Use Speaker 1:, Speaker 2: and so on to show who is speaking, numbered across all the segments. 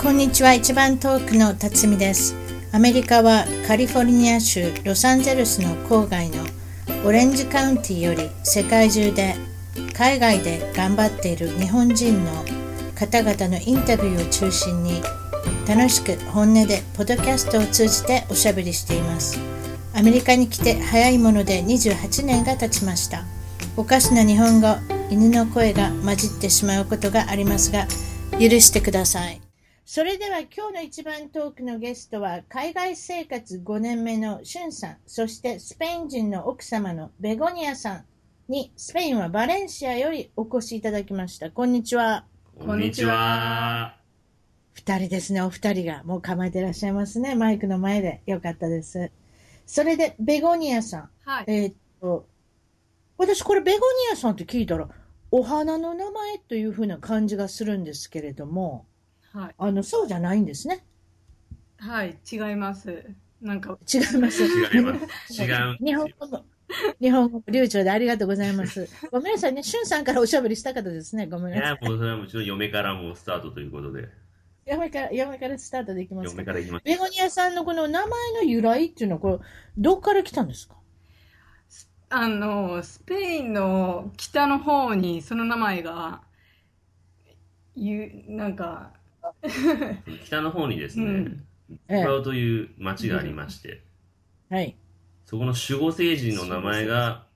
Speaker 1: こんにちは一番トークの辰巳ですアメリカはカリフォルニア州ロサンゼルスの郊外のオレンジカウンティより世界中で海外で頑張っている日本人の方々のインタビューを中心に楽しく本音でポッドキャストを通じておしゃべりしていますアメリカに来て早いもので28年が経ちましたおかしな日本語犬の声が混じってしまうことがありますが許してくださいそれでは今日の一番トークのゲストは海外生活5年目のシュンさんそしてスペイン人の奥様のベゴニアさんにスペインはバレンシアよりお越しいただきましたこんにちは
Speaker 2: こんにちは。
Speaker 1: 2人ですねお二人がもう構えてらっしゃいますねマイクの前でよかったですそれでベゴニアさん
Speaker 3: はい。
Speaker 1: えーっと私これベゴニアさんって聞いたらお花の名前というふうな感じがするんですけれども
Speaker 3: はい。
Speaker 1: あのそうじゃないんですね
Speaker 3: はい。違います。なんか、
Speaker 1: 違います
Speaker 2: 違い ます。違う
Speaker 1: 日
Speaker 2: んですよ
Speaker 1: 本。語も、日本語も流暢でありがとうござい ます。ごめんなさいね、しゅんさんからおしゃべりしたかったですね。ごめん
Speaker 2: い
Speaker 1: なさい。
Speaker 2: や、もうそれはもうちろん嫁からもスタートということで、
Speaker 1: 嫁から、嫁からスタートできます
Speaker 2: 嫁
Speaker 1: か
Speaker 2: から行きま
Speaker 1: ベゴニアさんのこの名前の由来っていうのは、これ、どっから来たんですか
Speaker 3: あの、スペインの北の方にその名前が、ゆ、なんか、
Speaker 2: す。北の方にです
Speaker 3: う
Speaker 2: ね
Speaker 3: ん、
Speaker 1: ええ
Speaker 2: パウという町がありまして、
Speaker 1: はい。
Speaker 2: そこの守護聖人の名前が、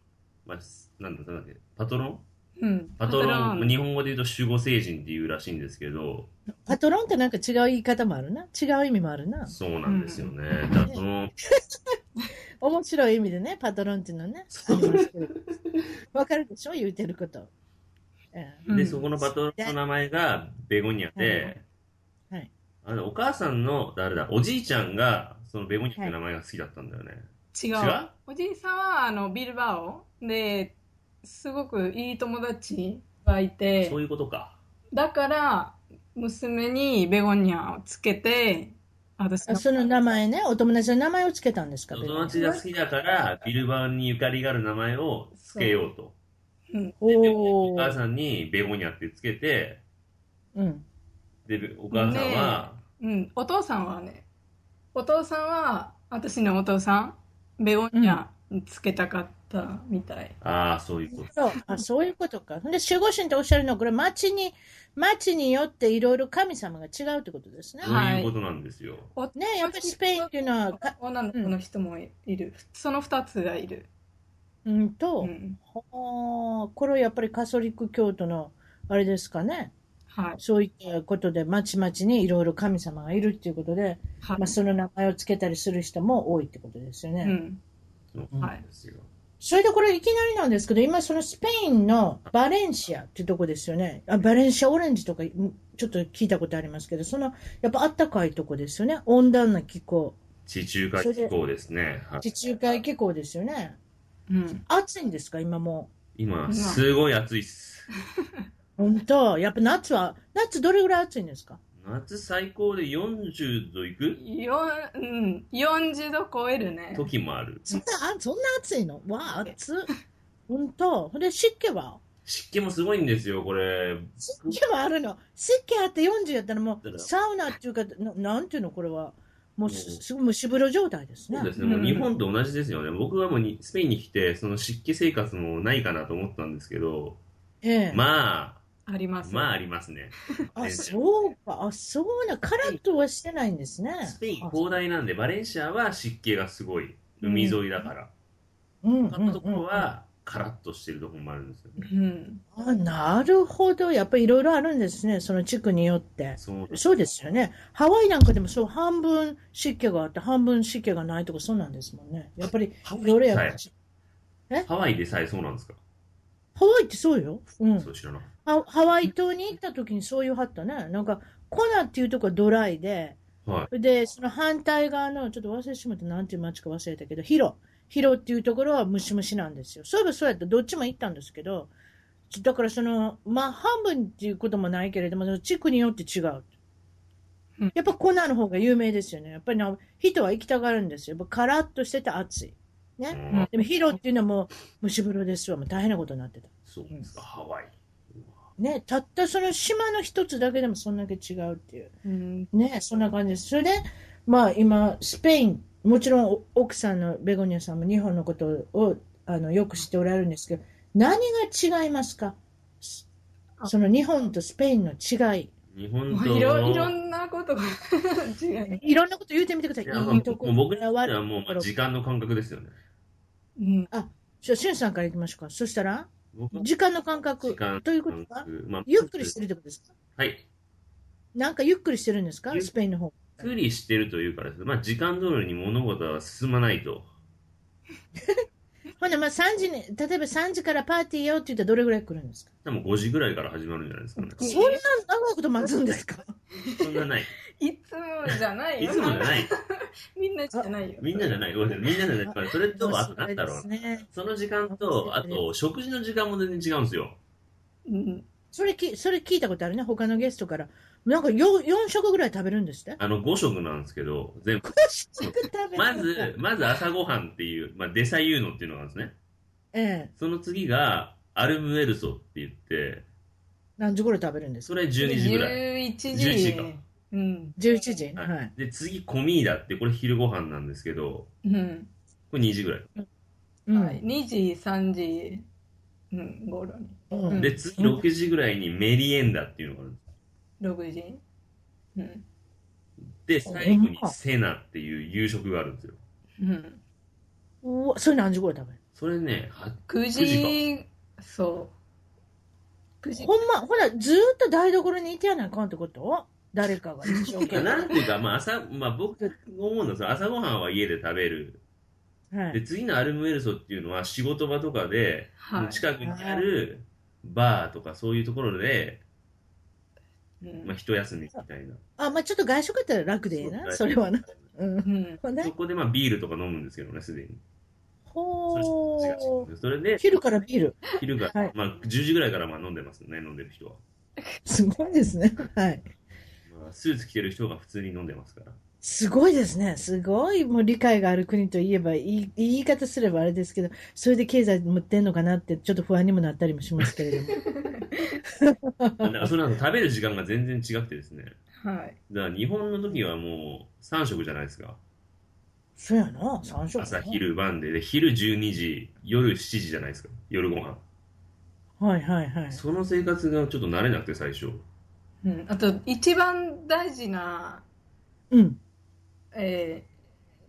Speaker 2: まあ、なんだなんだっけ、パトロン
Speaker 3: うん。
Speaker 2: パトロン、
Speaker 3: ン。
Speaker 2: 日本語で言うと守護聖人っていうらしいんですけど、
Speaker 1: パトロンってなんか違う言い方もあるな。違う意味もあるな。
Speaker 2: そうなんですよね。だからその、
Speaker 1: 面白い意味でね、パトロンっていうのね。あ
Speaker 2: そう
Speaker 1: りますけどわかるでしょ言うてること。ええ
Speaker 3: うん
Speaker 2: で、そこのパトロンの名前がベゴニアで、
Speaker 1: はいはい
Speaker 2: あのお母さんの、誰だ、おじいちゃんが、そのベゴニアって名前が好きだったんだよね。
Speaker 3: 違う。
Speaker 2: 違う
Speaker 3: おじいさんは、あの、ビルバオで、すごくいい友達がいて
Speaker 2: そ、ういうことか。
Speaker 3: だから、娘にベゴニアをつけて、私
Speaker 1: あその名前ね、お友達の名前をつけたんですか
Speaker 2: お友達が好きだから、ビルバンにゆかりがある名前をつけようと。で
Speaker 1: お
Speaker 2: お
Speaker 1: ー
Speaker 2: 母さんにベゴニャってつけて、
Speaker 1: うん。
Speaker 2: で、お母さんは、
Speaker 3: うん、お父さんはね、お父さんは、私のお父さん、ベゴニャにつけたかったみたい。
Speaker 2: ああ、そういうこと。
Speaker 1: そう、あ、そういうことか。で、守護神っておっしゃるのは、これ、町に、町によっていろいろ神様が違うってことですね。
Speaker 2: そういうことなんですよ。
Speaker 1: ねやっぱりスペインっていうのは、か
Speaker 3: 女の子の人もいる。その二つがいる。
Speaker 1: うん
Speaker 3: う
Speaker 1: と、
Speaker 3: ん。
Speaker 1: はあこれはやっぱりカソリック教徒の、あれですかね。
Speaker 3: はい。
Speaker 1: そういったことで、町々にいろいろ神様がいるっていうことで、
Speaker 3: は
Speaker 1: ま
Speaker 3: い
Speaker 1: あ、その名前をつけたりする人も多いってことですよね。
Speaker 3: うん。
Speaker 2: そうなんですよ。
Speaker 1: それでこれいきなりなんですけど、今そのスペインのバレンシアっていうとこですよね。あバレンシアオレンジとかうんちょっと聞いたことありますけど、そのやっぱあったかいとこですよね。温暖な気候。
Speaker 2: 地中海気候ですね。はい
Speaker 1: 地中海気候ですよね。
Speaker 3: うん。
Speaker 1: 暑いんですか、今も
Speaker 2: 今、すごい暑いっす。
Speaker 1: う。本当やっぱ夏は、夏どれぐらい暑いんですか
Speaker 2: 夏最高で40度いく
Speaker 3: ようん、40度超えるね。
Speaker 2: 時もある。
Speaker 1: そんな、あそんな暑いのわあ、暑っ。本当ほんで湿気は
Speaker 2: 湿気もすごいんですよ、これ。
Speaker 1: 湿気はあるの。湿気あって40やったらも
Speaker 2: だか
Speaker 1: う、
Speaker 2: ら
Speaker 1: サウナっていうか、ななんていうのこれは。もうすすごい蒸し風呂状態ですね。
Speaker 2: そうですね、もう日本と同じですよね。僕はもうにスペインに来て、その湿気生活もないかなと思ったんですけど、
Speaker 1: ええ、
Speaker 2: まあ、
Speaker 3: あります。
Speaker 2: まあありますね。
Speaker 1: あ、そうか、あ、そうな、カラッとはしてないんですね。
Speaker 2: スペイン広大なんで、バレンシアは湿気がすごい。海沿いだから。
Speaker 1: うん、
Speaker 2: 他のところは、カラッとしてるところもあるんですよね。
Speaker 3: うん。
Speaker 1: うんうんあ、なるほど、やっぱりいろいろあるんですね、その地区によって。
Speaker 2: そう
Speaker 1: そうですよね。ハワイなんかでもそう、半分湿気があって、半分湿気がないとか、そうなんですもんね。やっぱり、
Speaker 2: ハ
Speaker 1: いろいろ
Speaker 2: ワイ
Speaker 1: やっ
Speaker 2: さ
Speaker 1: ぱ
Speaker 2: え
Speaker 1: り、
Speaker 2: ハワイでさえそうなんですか、
Speaker 1: ハワイってそうよ。うん。
Speaker 2: そう知らなか
Speaker 1: ハ
Speaker 2: っ
Speaker 1: ハワイ島に行った時にそういうはったね。なんか、コナっていうとこはドライで、
Speaker 2: た。はい。
Speaker 1: で、その反対側の、ちょっと忘れてしまった、なんていう町か忘れたけど、ヒロ。ヒロっていうところはムシムシなんですよ。そういえばそうやった。どっちも行ったんですけど、ちだからその、まあ、半分っていうこともないけれども、その地区によって違う
Speaker 3: うん。
Speaker 1: やっぱコナーの方が有名ですよね。やっぱりな人は行きたがるんですよ。やっぱカラッとしてて暑い。
Speaker 2: う
Speaker 1: ね。
Speaker 2: ん
Speaker 1: でもヒロっていうのはもう蒸し風呂ですわ。もう大変なことになってた。
Speaker 2: そうですか、ハワイ。
Speaker 1: ね、たったその島の一つだけでもそんだけ違うっていう。
Speaker 3: うん、
Speaker 1: ね、そんな感じです。それで、まあ今、スペイン、もちろんお奥さんのベゴニアさんも日本のことをあのよく知っておられるんですけど、何が違いますかす
Speaker 3: あ
Speaker 1: その日本とスペインの違い。
Speaker 2: 日本
Speaker 3: も
Speaker 2: と
Speaker 3: ういろいろんなことが 違う、
Speaker 1: いろんなこと言うてみてください。
Speaker 2: いや
Speaker 1: いいとこ
Speaker 2: もう僕にとって
Speaker 1: 悪い
Speaker 2: はもうまあ時間の感覚ですよね。
Speaker 3: うん、
Speaker 1: じゃあ、しゅんさんからいきましょうか。そしたら、
Speaker 2: 僕は
Speaker 1: 時間の感覚
Speaker 2: 時間
Speaker 1: ということ
Speaker 2: 感
Speaker 1: は、
Speaker 2: 覚。まあ、
Speaker 1: ゆっくりしてるってことですか
Speaker 2: はい。
Speaker 1: なんかゆっくりしてるんですか
Speaker 2: ゆっ
Speaker 1: スペインの方。
Speaker 2: ゆっくりしてるというかですね、まあ、時間通りに物事は進まないと。
Speaker 1: ほな、まあ3時に、例えば3時からパーティーよって言ったらどれぐらい来るんですか
Speaker 2: 多分5時ぐらいから始まるんじゃないですかね。
Speaker 3: え
Speaker 1: そんな長いこと待つんですか
Speaker 2: そんなない。
Speaker 3: いつもじゃない
Speaker 2: い
Speaker 3: よ
Speaker 2: つもじゃない。
Speaker 3: みんなじゃないよ
Speaker 2: みんなじゃない。ごめんなさい。みんなじゃないだから。それと、あと、なんだろう
Speaker 1: 面
Speaker 2: な。
Speaker 1: 白いですね。
Speaker 2: その時間と、あと、食事の時間も全然違うんですよ。
Speaker 3: うん、
Speaker 1: それき、それ聞いたことあるね、他のゲストから。なんかよ4食ぐらい食べるんですって
Speaker 2: あの、5食なんですけど、全部。
Speaker 1: ?5 食食べる
Speaker 2: ま ず、、まず朝ごはんっていう、まあ、デサユーノっていうのがあるんですね。
Speaker 1: ええ、
Speaker 2: その次が、アルムエルソって言って、
Speaker 1: 何時頃食べるんですか
Speaker 2: それ12時ぐらい。
Speaker 3: 11時
Speaker 2: 11時か
Speaker 3: うん、
Speaker 1: ?11 時
Speaker 2: は
Speaker 1: はいい。
Speaker 2: で、次、コミーダって、これ昼ご飯なんですけど、
Speaker 3: うん
Speaker 2: これ2時ぐらい。
Speaker 1: うん。
Speaker 3: はい、2時3時、うん、頃に
Speaker 1: うん
Speaker 2: で、次、6時ぐらいにメリエンダっていうのがあるんです。
Speaker 3: 6時、うん
Speaker 2: で、最後にセナっていう夕食があるんですよ。
Speaker 3: うん、
Speaker 1: うわそれ何時頃食べる
Speaker 2: それね、は
Speaker 3: 9時
Speaker 2: 9
Speaker 3: そう9時
Speaker 1: ほんま、ほら、ずーっと台所にいてやないかんってこと誰かが一生
Speaker 2: いや
Speaker 1: 懸命。
Speaker 2: なんていうか、まあ、朝、まあ、僕が思うのはさ、朝ごはんは家で食べる。
Speaker 1: は
Speaker 2: で、
Speaker 1: い。
Speaker 2: 次のアルムエルソっていうのは仕事場とかで、
Speaker 3: はい
Speaker 2: 近くにあるバーとかそういうところで、
Speaker 3: うん
Speaker 2: まあ、一休みみたいな。
Speaker 1: あ、まあちょっと外食やったら楽でいいな、それはな。うん。
Speaker 3: うん
Speaker 1: ほんで
Speaker 2: そこで、まあ、ビールとか飲むんですけどね、すでに。それ
Speaker 1: ほー。
Speaker 2: それで、
Speaker 1: 昼からビール。
Speaker 2: 昼が、
Speaker 1: はい
Speaker 2: まあ、10時ぐらいからまあ飲んでますね、飲んでる人は。
Speaker 1: すごいですね。はい。
Speaker 2: まあ、スーツ着てる人が普通に飲んでますから。
Speaker 1: すごいですね。すごい、もう理解がある国といえば、いい言い方すればあれですけど、それで経済持ってんのかなって、ちょっと不安にもなったりもしますけれども。
Speaker 2: まあだから、それなんか食べる時間が全然違ってですね。
Speaker 3: はい
Speaker 2: だから、日本の時はもう3食じゃないですか。
Speaker 1: そうやな、三食。
Speaker 2: 朝、。昼、晩で、で、昼12時、夜7時じゃないですか。夜ご飯。
Speaker 1: はいはいはい。
Speaker 2: その生活がちょっと慣れなくて、最初。
Speaker 3: うん、あと一番大事な、
Speaker 1: うん。
Speaker 3: え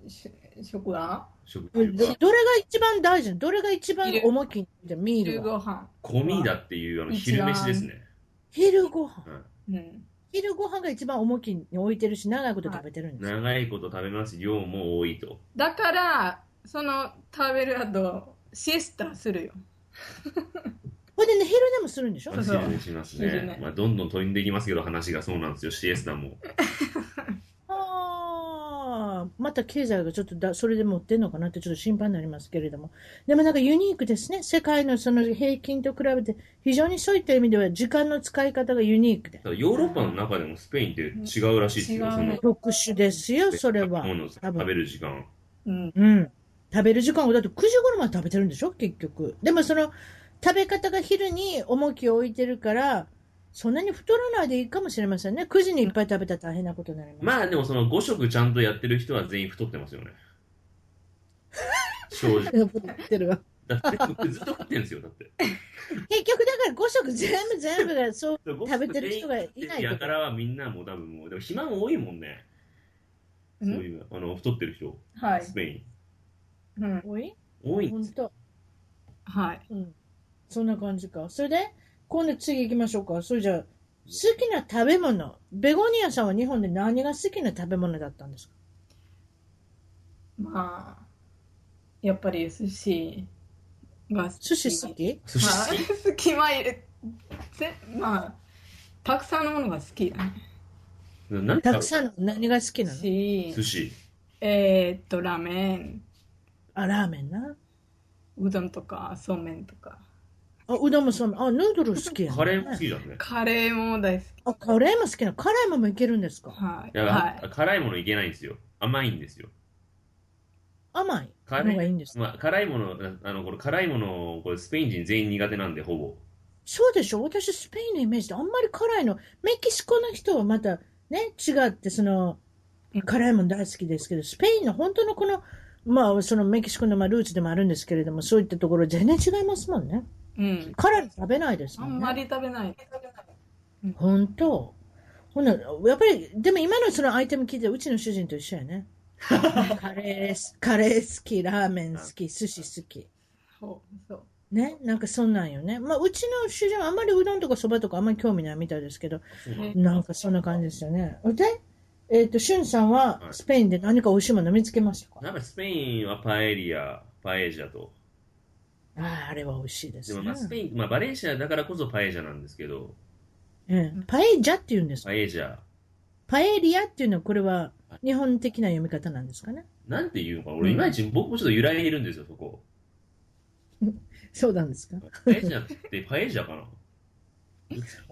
Speaker 3: ー、し食は
Speaker 2: 食
Speaker 1: ど
Speaker 2: 事
Speaker 1: どれが一番大事どれが一番重きじゃミー
Speaker 3: 昼
Speaker 1: ルは。
Speaker 3: ご飯
Speaker 2: コミーダっていうあの昼飯ですね。
Speaker 1: 昼ご飯。
Speaker 2: はい
Speaker 3: うん
Speaker 1: 昼ご飯が一番重きに置いてるし、長いこと食べてるんです。
Speaker 2: 長いこと食べます、量も多いと。
Speaker 3: だからその食べる後シエスタするよ
Speaker 1: ほんでね、昼寝もするんでしょ
Speaker 2: ま
Speaker 3: そ
Speaker 2: あ
Speaker 3: うそう
Speaker 2: 昼寝します
Speaker 3: 昼
Speaker 2: ね
Speaker 3: 寝。
Speaker 2: まあ、どんどん飛んでいきますけど、話がそうなんですよ、シエスタも。
Speaker 1: ああ、また経済がちょっとだ、それで持ってんのかなってちょっと心配になりますけれども。でもなんかユニークですね。世界のその平均と比べて、非常にそういった意味では時間の使い方がユニークで
Speaker 2: た。だヨーロッパの中でもスペインって違うらしいですよ、
Speaker 3: 違う
Speaker 2: その。
Speaker 1: 特殊ですよ、それは
Speaker 2: も。のを食べる時間。
Speaker 3: うん
Speaker 1: うん。食べる時間をだって9時頃まで食べてるんでしょ結局。でもその、食べ方が昼に重きを置いてるから、そんなに太らないでいいかもしれませんね。9時にいっぱい食べたら大変なことになります。
Speaker 2: まあでもその5食ちゃんとやってる人は全員太ってますよ ね。正直。
Speaker 1: てるわ。
Speaker 2: だってずっと食ってるんですよ、だって。
Speaker 1: 結局だから5食全部全部がそう食べてる人がいないってこと
Speaker 2: やからはみんなもう多分もう、でも肥満多いもんね。
Speaker 3: う
Speaker 2: そうんいう、あの、太ってる人、
Speaker 3: はい
Speaker 2: スペイ
Speaker 3: うん
Speaker 1: 多い
Speaker 2: ン。多いん
Speaker 1: 本
Speaker 2: ですよ。
Speaker 1: 当
Speaker 3: はい
Speaker 1: うんそんな感じかそれで今度次行きましょうかそれじゃあ好きな食べ物ベゴニアさんは日本で何が好きな食べ物だったんですか
Speaker 3: まあやっぱり寿司が好き
Speaker 1: 寿司好き
Speaker 2: 寿司好き
Speaker 3: まあ、好きまあえぜまあたくさんのものが好きだね
Speaker 2: 何
Speaker 1: たくさ
Speaker 2: ん。
Speaker 1: んの何が好きなの
Speaker 3: し
Speaker 2: 寿司。
Speaker 3: えーっとラーメン
Speaker 1: あラーメンな
Speaker 3: うどんとかそうめんとか
Speaker 1: あうどんもそうめんあヌードル好きや、ね、
Speaker 2: カレーも好きじゃんね。
Speaker 3: カレーも大好き
Speaker 1: あカレーも好きなのカレーももいけるんですか
Speaker 3: はい
Speaker 2: いや、
Speaker 3: はい
Speaker 2: 辛いものいけないんですよ。甘いんですよ。
Speaker 1: 甘い
Speaker 2: カレー
Speaker 1: のがいいんですか
Speaker 2: まあ、辛いもの、あの、これ辛いもの、これスペイン人全員苦手なんで、ほぼ。
Speaker 1: そうでしょ私、スペインのイメージであんまり辛いの。メキシコの人はまたね、違って、その
Speaker 3: うん、
Speaker 1: 辛いもん大好きですけど、スペインの本当のこの、まあ、そのメキシコのまあルーツでもあるんですけれども、そういったところ全然違いますもんね。
Speaker 3: うん。
Speaker 1: 辛いの食べないです
Speaker 3: あ
Speaker 1: もんね。
Speaker 3: んまり食べない。
Speaker 1: 本当ほんならやっぱり、でも今のそのアイテム聞いて、うちの主人と一緒や ね。カレー、カレー好き、ラーメン好き、寿司好き。
Speaker 3: そう、そう。
Speaker 1: ね、なんかそんなんよね。まあ、うちの主人はあんまりうどんとかそばとかあんまり興味ないみたいですけど、
Speaker 2: そうなんだ
Speaker 1: なんかそんな感じですよね。で、えっ、と、しゅんさんは
Speaker 2: はい
Speaker 1: スペインで何か美味しいもの見つけましたか、
Speaker 2: なんかスペインはパエリア、パエージャと。
Speaker 1: ああ、あれは美味しいで
Speaker 2: ですも
Speaker 1: ね。
Speaker 2: まあスペイン、まあバレンシアだからこそパエージャなんですけど、
Speaker 1: ええパエジャって言うんですか
Speaker 2: パエージャ、
Speaker 1: パエリアっていうのはこれは日本的な読み方なんですかね
Speaker 2: なんていうのかな、俺いまいち僕もちょっと揺らいでるんですよ、そこ。
Speaker 1: そうなんですか
Speaker 2: パエージャってパエージャかな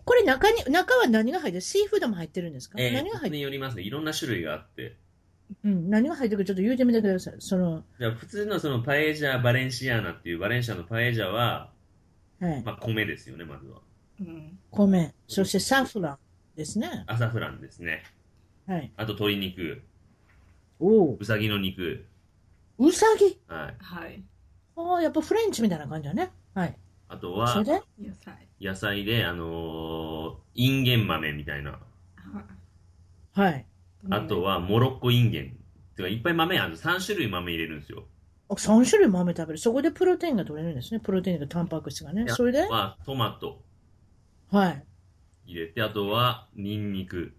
Speaker 1: これ中に、中は何が入ってるシーフードも入ってるんですか、
Speaker 2: ええ
Speaker 1: 何が
Speaker 2: こ
Speaker 1: 入
Speaker 2: れ
Speaker 1: って
Speaker 2: によりますね。いろんな種類があって。
Speaker 1: うん、何が入ってるかちょっと言うてみてください。その、
Speaker 2: じゃあ普通のそのパエージャバレンシアーナっていうバレンシアのパエージャは、
Speaker 1: はい、
Speaker 2: まあ米ですよね、まずは。
Speaker 3: うん。
Speaker 1: 米、そしてサフランですね。
Speaker 2: アサフランですね。
Speaker 1: はい。
Speaker 2: あと鶏肉、
Speaker 1: お
Speaker 2: ウサギの肉。
Speaker 1: お。うさぎ。
Speaker 2: はい。
Speaker 3: はい。
Speaker 1: ああ、やっぱフレンチみたいな感じだね。はい。
Speaker 2: あと
Speaker 1: それ、
Speaker 2: は
Speaker 1: で
Speaker 3: 野菜。
Speaker 2: 野菜で、あのーインゲン豆みたいな。
Speaker 3: は
Speaker 1: はい。
Speaker 3: い
Speaker 2: あと、は、モロッコインゲン。てか、いっぱい豆ある。3種類豆入れるんですよ。
Speaker 1: あ3種類豆食べる。そこでプロテインが取れるんですね。プロテインとタンパク質がね。
Speaker 2: で
Speaker 1: それで
Speaker 2: あとは、トマト
Speaker 1: はい。
Speaker 2: 入れて、あとは、ニンニク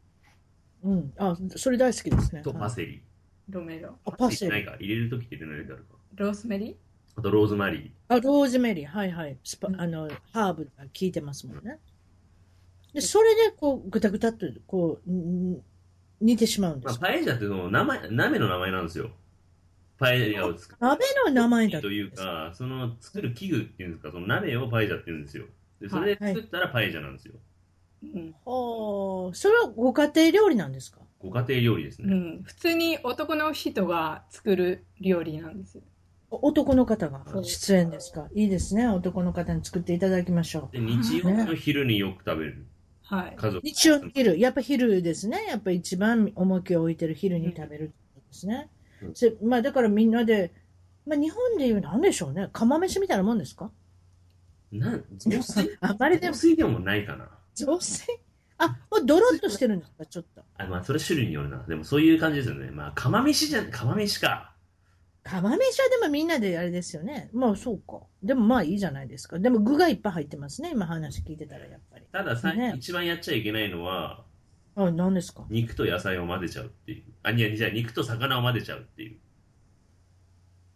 Speaker 1: うん。あ、それ大好きですね。
Speaker 2: とパ
Speaker 1: はい
Speaker 2: セリ。
Speaker 3: ロメロ。
Speaker 1: あパセ
Speaker 2: 入れ
Speaker 1: リ。
Speaker 2: てないか。入れるときって何だろうか。
Speaker 3: ロースメリ
Speaker 2: あと、ローズマリ
Speaker 1: あ、ローズメリー。はいはい。スパ
Speaker 3: う、ん
Speaker 1: あの、ハーブが効いてますもんね。で、それで、こう、ぐたぐたっと、こう、ん煮てしまうん
Speaker 2: ー。
Speaker 1: で
Speaker 2: まあ、
Speaker 1: すか。
Speaker 2: パエージャってその名前、鍋の名前なんですよ。パエリアを作る。
Speaker 1: 鍋の名前だった
Speaker 2: と
Speaker 1: ん
Speaker 2: いう
Speaker 1: です。
Speaker 2: か、その作る器具っていうんですか、その鍋をパエージャって言うんですよ。で、それで
Speaker 1: はい
Speaker 2: 作ったらパエージャなんですよ。
Speaker 3: うん。
Speaker 1: おーそれはご家庭料理なんですか
Speaker 2: ご家庭料理です
Speaker 3: う
Speaker 2: ね。
Speaker 3: ん。普通に男の人が作る料理なんです。
Speaker 1: お男の方が
Speaker 3: そう
Speaker 1: 出演ですかいいですね。男の方に作っていただきましょう。
Speaker 2: で、日曜日の昼によく食べる。
Speaker 3: はい。
Speaker 2: 家族。
Speaker 1: 日曜の昼、やっぱ昼ですね。やっぱ一番重きを置いてる昼に食べるってことですね。
Speaker 2: うん
Speaker 1: それまあだからみんなで、まあ日本でいうなんでしょうね。釜飯みたいなもんですか
Speaker 2: なん、雑炊
Speaker 1: あんまりで
Speaker 2: 雑
Speaker 1: も
Speaker 2: 炊でもないかな。
Speaker 1: 雑炊あ、もうドロッとしてるんですかちょっと。
Speaker 2: あ、まあ、それ種類によるな。でも、そういう感じですよね。まあ、釜飯じゃ、釜飯か。
Speaker 1: 釜飯はでもみんなであれですよね。まあそうか。でもまあいいじゃないですか。でも具がいっぱい入ってますね。今話聞いてたらやっぱり。
Speaker 2: たださ、
Speaker 1: ね
Speaker 2: 一番やっちゃいけないのは、
Speaker 1: あ、何ですか
Speaker 2: 肉と野菜を混ぜちゃうっていう。あ、いや、じゃあ肉と魚を混ぜちゃうっていう。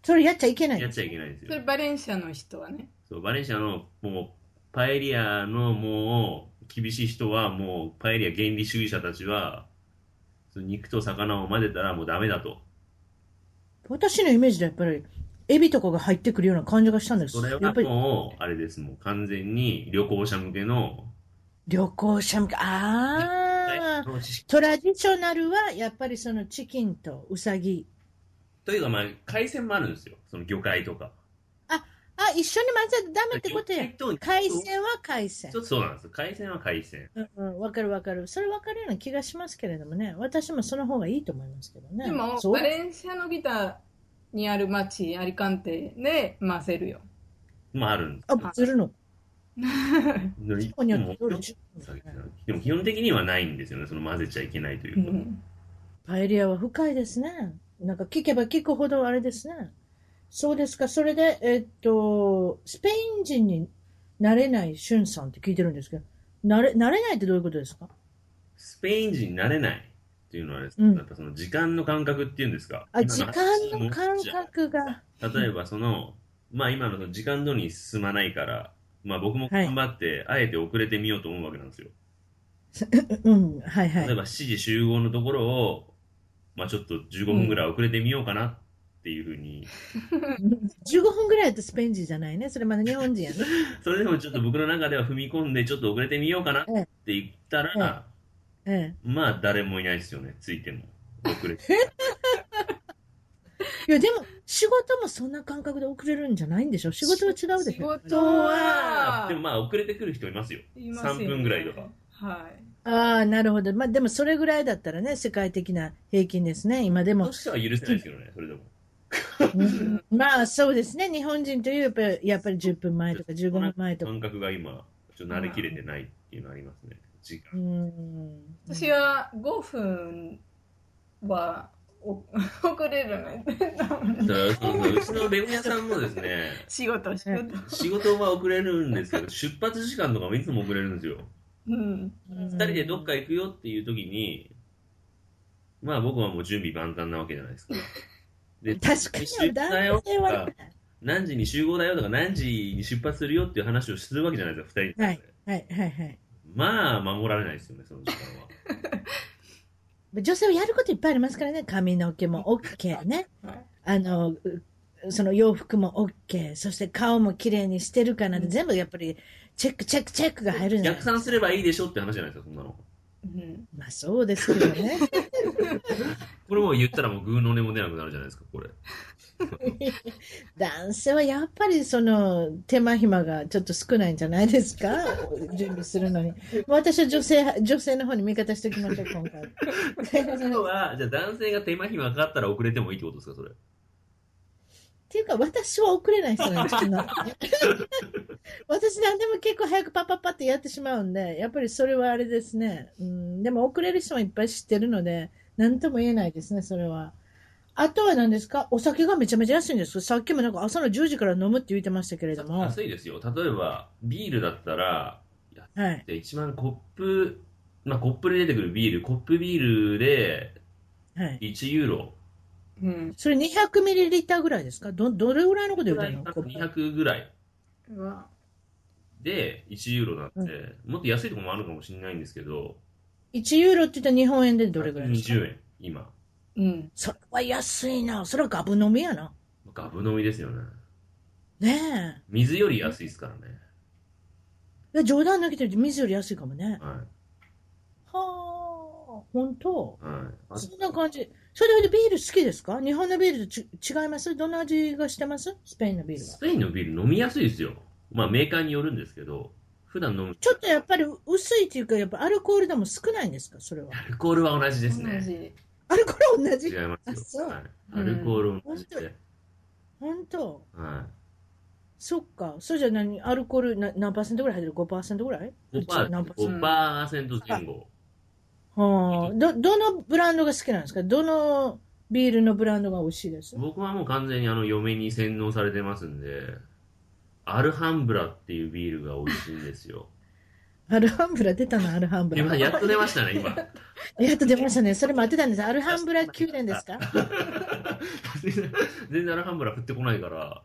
Speaker 1: それやっちゃいけないん
Speaker 2: や
Speaker 1: で
Speaker 2: っ
Speaker 1: す
Speaker 2: ちゃいけないんです
Speaker 3: それ
Speaker 2: よ。
Speaker 3: バレンシアの人はね。
Speaker 2: そう、バレンシアの、もう、パエリアの、もう、厳しい人は、もう、パエリア原理主義者たちは、その肉と魚を混ぜたらもうダメだと。
Speaker 1: 私のイメージでやっぱり、エビとかが入ってくるような感じがしたんです
Speaker 2: それ
Speaker 1: や
Speaker 2: は
Speaker 1: っぱり
Speaker 2: もう、あれです、もう完全に旅行者向けの、
Speaker 1: 旅行者向け、ああ、
Speaker 2: の知識
Speaker 1: トラディショナルはやっぱりそのチキンとウサギ。
Speaker 2: というか、まあ、海鮮もあるんですよ。その魚介とか。
Speaker 1: あ、一緒に混ぜたらダメってことや。
Speaker 2: 魚介と
Speaker 1: 海鮮は海鮮
Speaker 2: ちょ。っとそうなんですよ。海鮮は海鮮。
Speaker 1: うんうん、わかるわかる。それわかるような気がしますけれどもね。私もその方がいいと思いますけどね。
Speaker 3: でも、
Speaker 1: そう
Speaker 3: バレンシアのギターにある町、アリカンテで混ぜるよ。
Speaker 2: まあ、あるんです
Speaker 1: あ、ずるの。
Speaker 2: よ。
Speaker 1: そこによって
Speaker 2: で
Speaker 1: 料
Speaker 2: も
Speaker 1: 理違うんですね
Speaker 2: でも基本的にはないんですよね。その混ぜちゃいけないといううか。
Speaker 3: ん。
Speaker 1: パエリアは深いですね。なんか聞けば聞くほどあれですね。そうですか。それで、えっと、スペイン人になれないシュンさんって聞いてるんですけど、なれ、なれないってどういうことですか
Speaker 2: スペイン人になれないっていうのはです
Speaker 1: うん
Speaker 2: やっぱその時間の感覚っていうんですか。
Speaker 1: あ、
Speaker 2: 今
Speaker 1: 時
Speaker 2: の
Speaker 1: 間の感覚が。
Speaker 2: 例えばその、まあ今のその時間通りに進まないから、まあ僕も頑張って、あえて遅れてみようと思うわけなんですよ。
Speaker 1: うん、はいは
Speaker 2: 例え
Speaker 1: い。
Speaker 2: ば7時集合のところを、まあちょっと15分ぐらい遅れてみようかなっていうふうに、
Speaker 1: 15分ぐらいだとスペイン人じゃないね。それまだ日本人やね。
Speaker 2: それでもちょっと僕の中では踏み込んでちょっと遅れてみようかなって言ったら、
Speaker 1: え
Speaker 2: まあ誰もいないですよね、ついても。遅れて。
Speaker 1: え。いや、でも、仕事もそんな感覚で遅れるんじゃないんでしょ仕事は違うでし
Speaker 3: 仕
Speaker 1: ょ
Speaker 3: 事は、
Speaker 2: でもまあ遅れてくる人いますよ。
Speaker 3: いますよね
Speaker 2: 3分ぐらいとか。
Speaker 3: はい。
Speaker 1: ああ、なるほど。まあでもそれぐらいだったらね、世界的な平均ですね。今でも
Speaker 2: と。しては許せないですけどね、それでも。
Speaker 1: うんまあそうですね。日本人というやっぱりやっぱり10分前とか15分前とか。
Speaker 2: 感覚が今、ちょっと慣れきれてないっていうのはありますね。時
Speaker 1: う
Speaker 2: 間。
Speaker 1: ん。
Speaker 3: 私は5分はお 遅れるので多
Speaker 2: だ
Speaker 3: 分
Speaker 2: からそうそううちのレゴ屋さんもです ね、
Speaker 3: 仕事仕事。
Speaker 2: 仕事は遅れるんですけど、出発時間とかもいつも遅れるんですよ。
Speaker 3: うん。
Speaker 1: 二
Speaker 2: 二人でどっか行くよっていう時に、まあ僕はもう準備万端なわけじゃないですか。で
Speaker 1: 確か
Speaker 2: 出
Speaker 1: に
Speaker 2: 発だよ
Speaker 1: 男
Speaker 2: と
Speaker 1: 性は
Speaker 2: か、何時に集合だよとか、何時に出発するよっていう話をするわけじゃないですか、二人で。
Speaker 1: はいはいはいはい。
Speaker 2: まあ、守られないですよね、その時間は。
Speaker 1: 女性はやることいっぱいありますからね。髪の毛も OK ね。
Speaker 3: はい
Speaker 1: あの、うその洋服も OK。そして顔も綺麗にしてるかなって、全部やっぱりチェックチェックチェックが入るじゃない
Speaker 2: 逆算すればいいでしょって話じゃないですか、そんなの。
Speaker 3: うん
Speaker 1: まあそうですけど ね。
Speaker 2: これもう言ったらもうグーの音も出なくなるじゃないですか、これ。
Speaker 1: 男性はやっぱりその手間暇がちょっと少ないんじゃないですか準備するのに。もう私は女性、女性の方に味方しておきましょう、今回。
Speaker 2: 今は、じゃあ男性が手間暇かかったら遅れてもいいってことですか、それ。
Speaker 1: っていうか、私は遅れない人なんですけど 私何でも結構早くパッパッパってやってしまうんで、やっぱりそれはあれですね。うん、でも遅れる人もいっぱい知ってるので、何とも言えないですね、それは。あとは何ですかお酒がめちゃめちゃ安いんですさっきもなんか朝の10時から飲むって言ってましたけれども。
Speaker 2: 安いですよ。例えば、ビールだったら、
Speaker 1: はい。
Speaker 2: で一番コップ、まあ、コップで出てくるビール、コップビールで
Speaker 1: はい。
Speaker 2: 1ユーロ、
Speaker 3: うん。
Speaker 1: それ200ミリリッターぐらいですかど、どれぐらいのこと言うたの
Speaker 2: 200ぐらいう
Speaker 3: わ
Speaker 2: で1ユーロなんで、もっと安いところもあるかもしれないんですけど、
Speaker 1: ?1 ユーロって言ったら日本円でどれぐらいですか
Speaker 2: ?20 円、今。
Speaker 3: うん。
Speaker 1: それは安いな。それはガブ飲みやな。
Speaker 2: ガブ飲みですよね。
Speaker 1: ね
Speaker 2: 水より安いですからね。
Speaker 1: え。で冗談抜きで水より安いかもね。
Speaker 2: は
Speaker 1: はあ、本当
Speaker 2: い。はい。あ
Speaker 1: そんな感じ。それでビール好きですか日本のビールとち違いますどんな味がしてますスペインのビールは
Speaker 2: ス。ペインのビール飲みやすいですよ。まあメーカーによるんですけど、普段飲む。
Speaker 1: ちょっとやっぱり薄いっていうか、やっぱアルコールでも少ないんですかそれは。
Speaker 2: アルコールは同じです
Speaker 3: 同
Speaker 2: ね。
Speaker 3: じ。
Speaker 1: アルコール同
Speaker 2: 違い
Speaker 1: じ
Speaker 2: ま
Speaker 1: あ
Speaker 2: す
Speaker 1: そう
Speaker 2: よ。はい。アルコール同じで。
Speaker 1: 本当
Speaker 2: は
Speaker 1: そっか。それじゃあ何アルコールな何パーセントぐらい入ってる ?5% ぐらい
Speaker 2: い。
Speaker 1: 何パーセント
Speaker 2: 5%、5%前後。
Speaker 1: はあ、ど、どのブランドが好きなんですかどのビールのブランドが美味しいです
Speaker 2: 僕はもう完全にあの嫁に洗脳されてますんで、アルハンブラっていうビールが美味しいんで すよ。
Speaker 1: アルハンブラ出たのアルハンブラ
Speaker 2: 今。やっと出ましたね、今。
Speaker 1: やっと出ましたね。それ待ってたんです。アルハンブラ宮殿 ですか
Speaker 2: 全然アルハンブラ降ってこないから、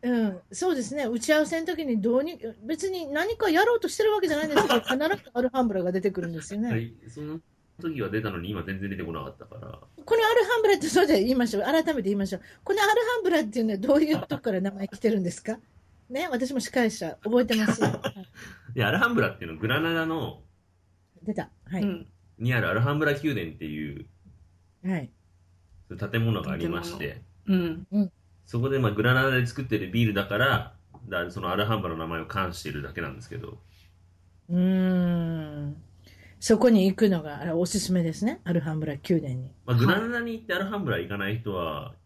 Speaker 1: うん。そうですね。打ち合わせの時にどうに、別に何かやろうとしてるわけじゃないんですけ ど、必ずアルハンブラが出てくるんですよね。
Speaker 2: はいその時は出たのに今全然出てこなかったから、
Speaker 1: このアルハンブラって、そうで言いましょう。改めて言いましょう。このアルハンブラっていうのはどういうとこから名前来てるんですかね、私も司会者、覚えてます。はい
Speaker 2: で、アルハンブラっていうのはグラナダの、
Speaker 1: 出た。は
Speaker 3: う
Speaker 1: い。
Speaker 3: ん。
Speaker 2: にあるアルハンブラ宮殿っていう
Speaker 1: はい。
Speaker 2: 建物がありまして、
Speaker 3: うん。
Speaker 2: そこでまあグラナダで作ってるビールだから、だそのアルハンブラの名前を冠してるだけなんですけど、
Speaker 1: うーん。そこに行くのが、あれ、おすすめですね。アルハンブラ宮殿に。
Speaker 2: まあ、グラナダに行ってアルハンブラ行かない人は、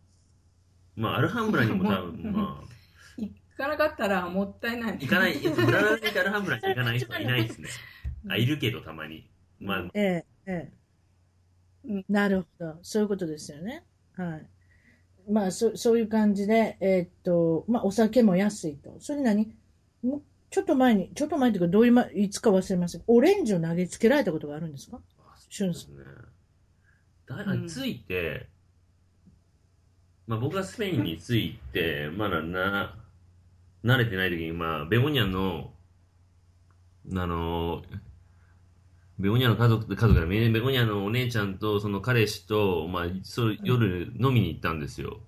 Speaker 2: まあ、アルハンブラにも多 分、まあ、
Speaker 3: 行かなかったらもったいない。
Speaker 2: 行かない、グラナダに行ってアルハンブラに行かない人はいない ですね。あ、いるけど、たまに。まあ、
Speaker 1: ええ、え
Speaker 3: う
Speaker 1: え
Speaker 3: ん。
Speaker 1: なるほど。そういうことですよね。はい。まあ、そそういう感じで、えーっと、まあ、お酒も安いと。それ何もうちょっと前に、ちょっと前というか、どういうま、いつか忘れません。オレンジを投げつけられたことがあるんですか
Speaker 2: そうですね。だから、ついて、まあ、僕がスペインに着いて、まだな、慣れてない時に、まあ、ベゴニャの、あの、ベゴニャの家族、家族だね、ベゴニャのお姉ちゃんと、その彼氏と、まあ、そう夜飲みに行ったんですよ。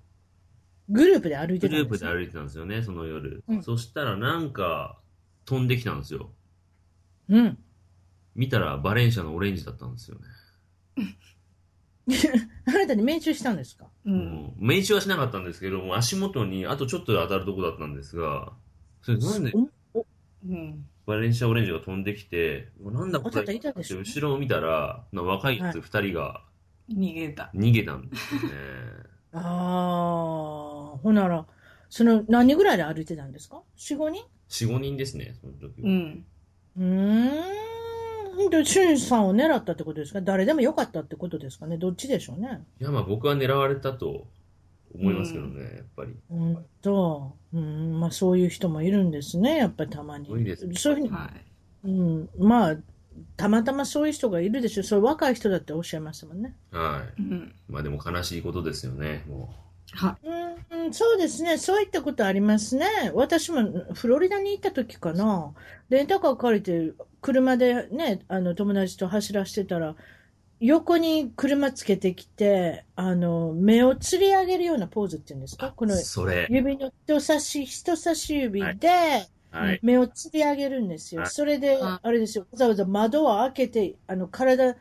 Speaker 1: グループで歩い
Speaker 2: グ
Speaker 1: てた
Speaker 2: ル
Speaker 1: ん
Speaker 2: ー
Speaker 1: で
Speaker 2: プ
Speaker 1: す
Speaker 2: で
Speaker 1: ね
Speaker 2: 歩いてたんですよね、その夜。
Speaker 1: うん
Speaker 2: そしたらなんか、飛んできたんですよ。
Speaker 1: うん。
Speaker 2: 見たらバレンシアのオレンジだったんですよね。
Speaker 1: あな間に命中したん ですか
Speaker 3: う。
Speaker 2: うんん命中はしなかったんですけど、もう足元にあとちょっとで当たるとこだったんですが、それなんで
Speaker 3: うん。
Speaker 2: バレンシアオレンジが飛んできて、うわなんだこ
Speaker 1: あちょ
Speaker 2: れ
Speaker 1: っといたでしょ
Speaker 2: 後ろを見たら、な若いやつ2人が
Speaker 3: 逃げた。
Speaker 2: 逃げたんですよね。
Speaker 1: ああ、ほんなら、その何人ぐらいで歩いてたんですか ?4、5人
Speaker 2: 4、5人ですね、その時は。
Speaker 3: うん。
Speaker 1: うーん。で、シュンさんを狙ったってことですか誰でもよかったってことですかねどっちでしょうね。
Speaker 2: いや、まあ僕は狙われたと思いますけどね、やっぱり。
Speaker 1: ほんと。うん、まあそういう人もいるんですね。やっぱりたまに。
Speaker 2: 多いですね
Speaker 1: そういうふうに
Speaker 3: は。
Speaker 1: うん、まあ、たまたまそういう人がいるでしょう。それ若い人だっておっしゃいましたもんね。
Speaker 2: はい
Speaker 3: うん。
Speaker 2: い。まあでも悲しいことですよね、も
Speaker 3: は
Speaker 1: うん、そうですね。そういったことありますね。私もフロリダに行った時かな。レンタカー借りて、車でね、あの、友達と走らしてたら、横に車つけてきて、あの、目をつり上げるようなポーズっていうんですかこ
Speaker 2: う。
Speaker 1: の
Speaker 2: それ。
Speaker 1: 指の人差し、人差し指で
Speaker 2: はい。
Speaker 1: 目をつり上げるんですよ。
Speaker 2: はい
Speaker 1: それで、
Speaker 3: あ
Speaker 1: あれですよ、わざわざ窓を開けて、あの、体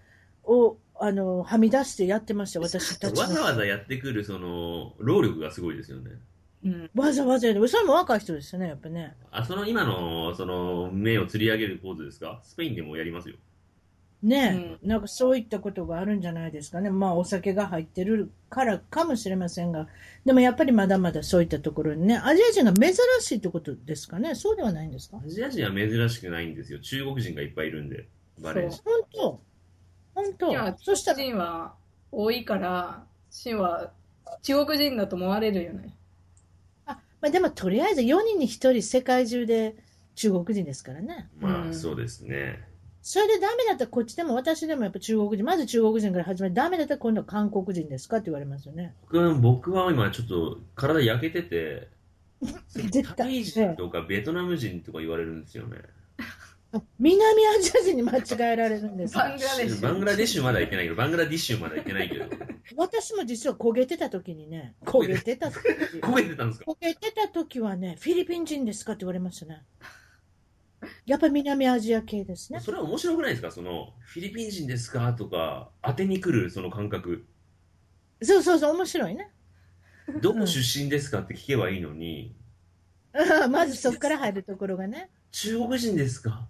Speaker 1: を、あの、はみ出してやってましたよ、私たち
Speaker 2: わざ
Speaker 1: の。
Speaker 2: わざやってくる、その、労力がすごいですよね。
Speaker 3: い。うん。
Speaker 1: わざわざやる。それも若い人ですよね、やっぱね。
Speaker 2: あ、その今の、その、目を吊り上げるポーズですかスペインでもやりますよ。
Speaker 1: ねえ、なんかそういったことがあるんじゃないですかね。まあお酒が入ってるからかもしれませんが、でもやっぱりまだまだそういったところにね、アジア人が珍しいってことですかね。そうではないんですか
Speaker 2: アジア人は珍しくないんですよ。中国人がいっぱいいるんで、バレンシ
Speaker 1: 本当本
Speaker 3: いや
Speaker 1: 当、そ
Speaker 3: そ
Speaker 1: し
Speaker 3: したた
Speaker 1: ら
Speaker 3: ら、人は多いから、シンは中国人だと思われるよね。
Speaker 1: まあでもとりあえず4人に1人世界中で中国人ですからね。
Speaker 2: ア。ま
Speaker 3: う
Speaker 2: あ、
Speaker 3: ん
Speaker 2: そうですね。
Speaker 1: それでダメだったらこっちでも私でもやっぱ中国人、まず中国人から始めて、ダメだったら今度は韓国人ですかって言われますよね。
Speaker 2: 僕僕は今ちょっと体焼けてて、
Speaker 1: 絶
Speaker 2: タ
Speaker 1: 対。
Speaker 2: イ
Speaker 1: え
Speaker 2: 人
Speaker 1: え
Speaker 2: とかベトナム人とか言われるんですよね。
Speaker 1: 南アジア人に間違えられるんですよ
Speaker 3: バングラデシュ。
Speaker 2: バングラデシュまだ行ってないけど、バングラディッシュまだ行ってないけど。
Speaker 1: 私も実は焦げてた時にね、焦げてた時、
Speaker 2: 焦げてたんですか
Speaker 1: 焦げてた時はね、フィリピン人ですかって言われましたね。やっぱ南アジア系ですね。
Speaker 2: それは面白くないですかその、フィリピン人ですかとか、当てに来るその感覚。
Speaker 1: そうそうそう、面白いね。
Speaker 2: どこ出身ですかって聞けばいいのに、
Speaker 1: うんまずそこから入るところがね。
Speaker 2: 中国人ですか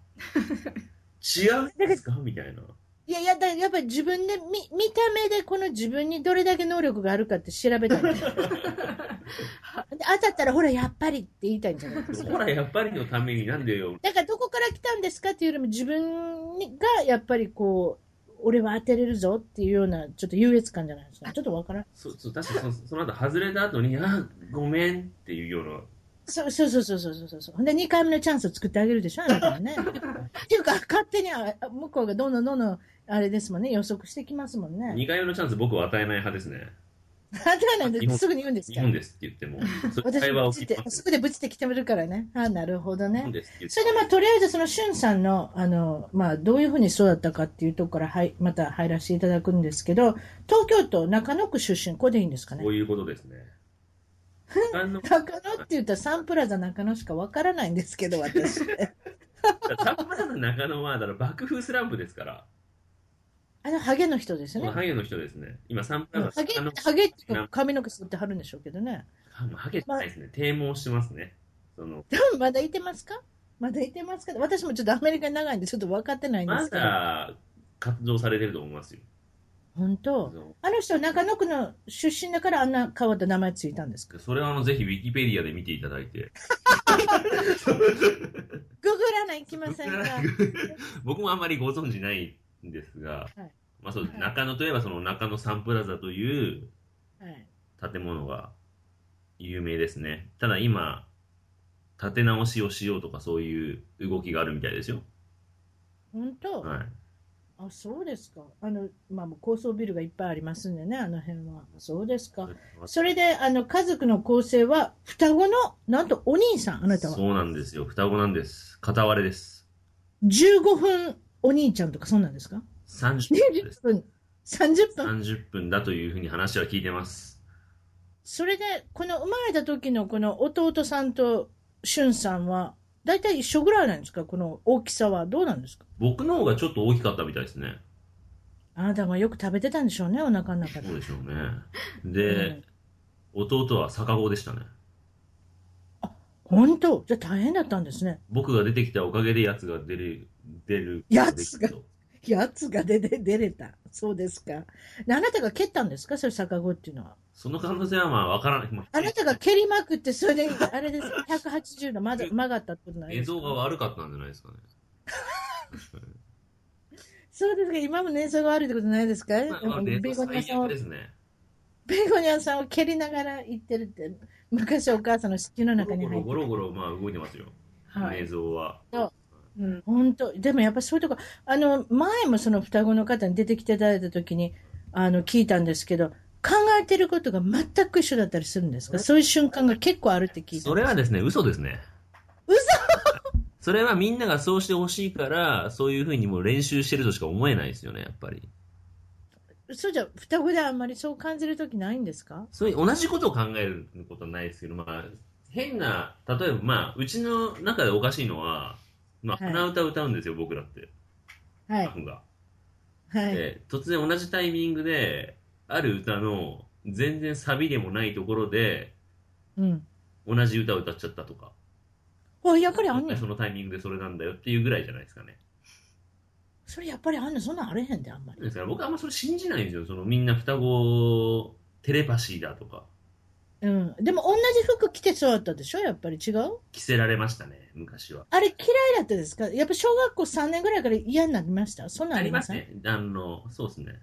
Speaker 2: 違うんですかみたいな。
Speaker 1: いやいや、だやっぱり自分で、み見た目でこの自分にどれだけ能力があるかって調べ たい。で当たったら、ほら、やっぱりって言いたいんじゃないですか。
Speaker 2: ほら、やっぱりのためになんでよ。
Speaker 1: だからどこから来たんですかっていうよりも自分がやっぱりこう、俺は当てれるぞっていうような、ちょっと優越感じゃないですか。ちょっとわからん。
Speaker 2: そう、そう、確かそその後外れた後に、あ、ごめんっていうような。
Speaker 1: そうそうそうそうそうそうそう。ほんで、2回目のチャンスを作ってあげるでしょ、あなたは ね。っていうか、勝手にあ向こうがどんどんどんどん、あれですもんね、予測してきますもん ね。
Speaker 2: 2回目のチャンス僕は与えない派ですね。
Speaker 1: 当てないの
Speaker 2: 日本
Speaker 1: ですぐに言うんです
Speaker 2: 日
Speaker 1: か
Speaker 2: 本ですって言っても、そういう
Speaker 1: 私
Speaker 2: 会話
Speaker 1: も
Speaker 2: を
Speaker 1: ブチ
Speaker 2: 聞
Speaker 1: っ
Speaker 2: き
Speaker 1: て
Speaker 2: ま、す
Speaker 1: すぐでブチってきてるからね。あなるほど
Speaker 2: 日本
Speaker 1: ね。
Speaker 2: ですって言っ
Speaker 1: そ
Speaker 2: て
Speaker 1: れでまあ、とりあえずその、しゅんさんの、あの、まあ、どういうふうに育ったかっていうところから、はい、また入らせていただくんですけど、東京都中野区出身、これでいいんですかね
Speaker 2: こ。ういうことですね。あの
Speaker 1: 中野って言ったらサンプラザ中野しかわからないんですけど、 私。
Speaker 2: サンプラザ中野はだから爆風スランプですから、
Speaker 1: あの、ハゲの人です
Speaker 2: こ
Speaker 1: よ
Speaker 2: の
Speaker 1: ね。
Speaker 2: ハゲの人ですね。今、サンプラザ
Speaker 1: ハゲ、
Speaker 2: 中野、
Speaker 1: ハゲっていうか髪の毛吸ってはるんでしょうけどね。
Speaker 2: あもうハゲじゃないですね。低毛してますね。その
Speaker 1: 多分まだいてますかまだいてますか私もちょっとアメリカに長いんでちょっと分かってないんで
Speaker 2: ます
Speaker 1: けど。
Speaker 2: だ活動されてると思いますよ。
Speaker 1: 本当。
Speaker 2: そ
Speaker 1: あの人は中野区の出身だからあんな変わった名前ついたんですか
Speaker 2: うそれはあのぜひウィキペディアで見ていただいて。
Speaker 1: ググらないきませんか
Speaker 2: 僕もあんまりご存知ないんですが、
Speaker 1: はい
Speaker 2: まあそう
Speaker 3: はい
Speaker 2: 中野といえばその中野サンプラザという
Speaker 1: はい
Speaker 2: 建物が有名ですね。ただ今、建て直しをしようとかそういう動きがあるみたいですよ。
Speaker 1: 本当、
Speaker 2: はい。
Speaker 1: あ、そうですか。あの、まあ、もう高層ビルがいっぱいありますんでね、あの辺は。そうですか。それで、あの、家族の構成は、双子の、なんとお兄さん、あなたは。
Speaker 2: そうなんですよ。双子なんです。片割れです。
Speaker 1: 15分お兄ちゃんとか、そうなんですか
Speaker 2: 30分です
Speaker 1: 20 。分、30分。
Speaker 2: 30分だというふうに話は聞いてます。
Speaker 1: それで、この生まれた時のこの弟さんとしゅんさんは、大体一緒ぐらいなんですかこの大きさは。どうなんですか
Speaker 2: 僕の方がちょっと大きかったみたいですね。
Speaker 1: あなたもよく食べてたんでしょうね、お腹の中で
Speaker 2: そう。でしょうね。で、弟は逆子でしたね。
Speaker 1: 本当じゃあ大変だったんですね。
Speaker 2: 僕が出てきたおかげで奴が出る、出る。
Speaker 1: 奴がやつが出て、出れた。そうですか。であなたが蹴ったんですかそれ逆子っていうのは。
Speaker 2: その可能性はまあわからない。ま
Speaker 1: あなたが蹴りまくって、それで、あれです。180度 まだ曲がったってことなん
Speaker 2: 映
Speaker 1: です
Speaker 2: 像が
Speaker 1: か
Speaker 2: 悪かったんじゃないですかね。
Speaker 1: そうですか。今も映像が悪いってことないですか
Speaker 2: まあまあ、
Speaker 1: ベ
Speaker 2: 映
Speaker 1: ー
Speaker 2: 像
Speaker 1: ゴニア
Speaker 2: 最
Speaker 1: さんを
Speaker 2: 悪で、すね。
Speaker 1: ベーゴニアさんを蹴りながら行ってるって、昔お母さんの子宮の中
Speaker 2: ゴロ
Speaker 1: に
Speaker 2: ゴ
Speaker 1: 入
Speaker 2: ロ
Speaker 1: って
Speaker 2: ゴロゴロ、まあ動いてますよ。
Speaker 3: は
Speaker 2: 映
Speaker 3: い。
Speaker 2: 像は。
Speaker 3: うん。
Speaker 1: 本当、でもやっぱそういうとこ、あの、前もその双子の方に出てきていただいたときに、あの、聞いたんですけど、考えてることが全く一緒だったりするんですかそういう瞬間が結構あるって聞いた。
Speaker 2: それはですね、嘘ですね。
Speaker 1: 嘘
Speaker 2: それはみんながそうしてほしいから、そういうふうにもう練習してるとしか思えないですよね、やっぱり。
Speaker 1: そうじゃ、双子であんまりそう感じるときないんですか
Speaker 2: そういう同じことを考えることはないですけど、まあ、変な、例えば、まあ、うちの中でおかしいのは、まあ、
Speaker 1: はい
Speaker 2: 鼻歌歌うんですよ、僕らって、
Speaker 1: はい。
Speaker 2: 僕が。
Speaker 1: はい。
Speaker 2: で、突然同じタイミングで、ある歌の全然サビでもないところで、
Speaker 1: うん。
Speaker 2: 同じ歌を歌っちゃったとか、
Speaker 1: あ、やっぱりあんねん
Speaker 2: そのタイミングでそれなんだよっていうぐらいじゃないですかね。
Speaker 1: それやっぱりあんねんそんなんあれへんで、あんまり。
Speaker 2: ですから僕はあんまそれ信じないんですよ。そのみんな双子テレパシーだとか
Speaker 1: うん。でも同じ服着てそうだったでしょやっぱり違う
Speaker 2: 着せられましたね、昔は。
Speaker 1: あれ嫌いだったですかやっぱ小学校3年ぐらいから嫌になりましたそんなん
Speaker 2: あ
Speaker 1: あり
Speaker 2: りま
Speaker 1: ますせん
Speaker 2: ね。あの、そうですね。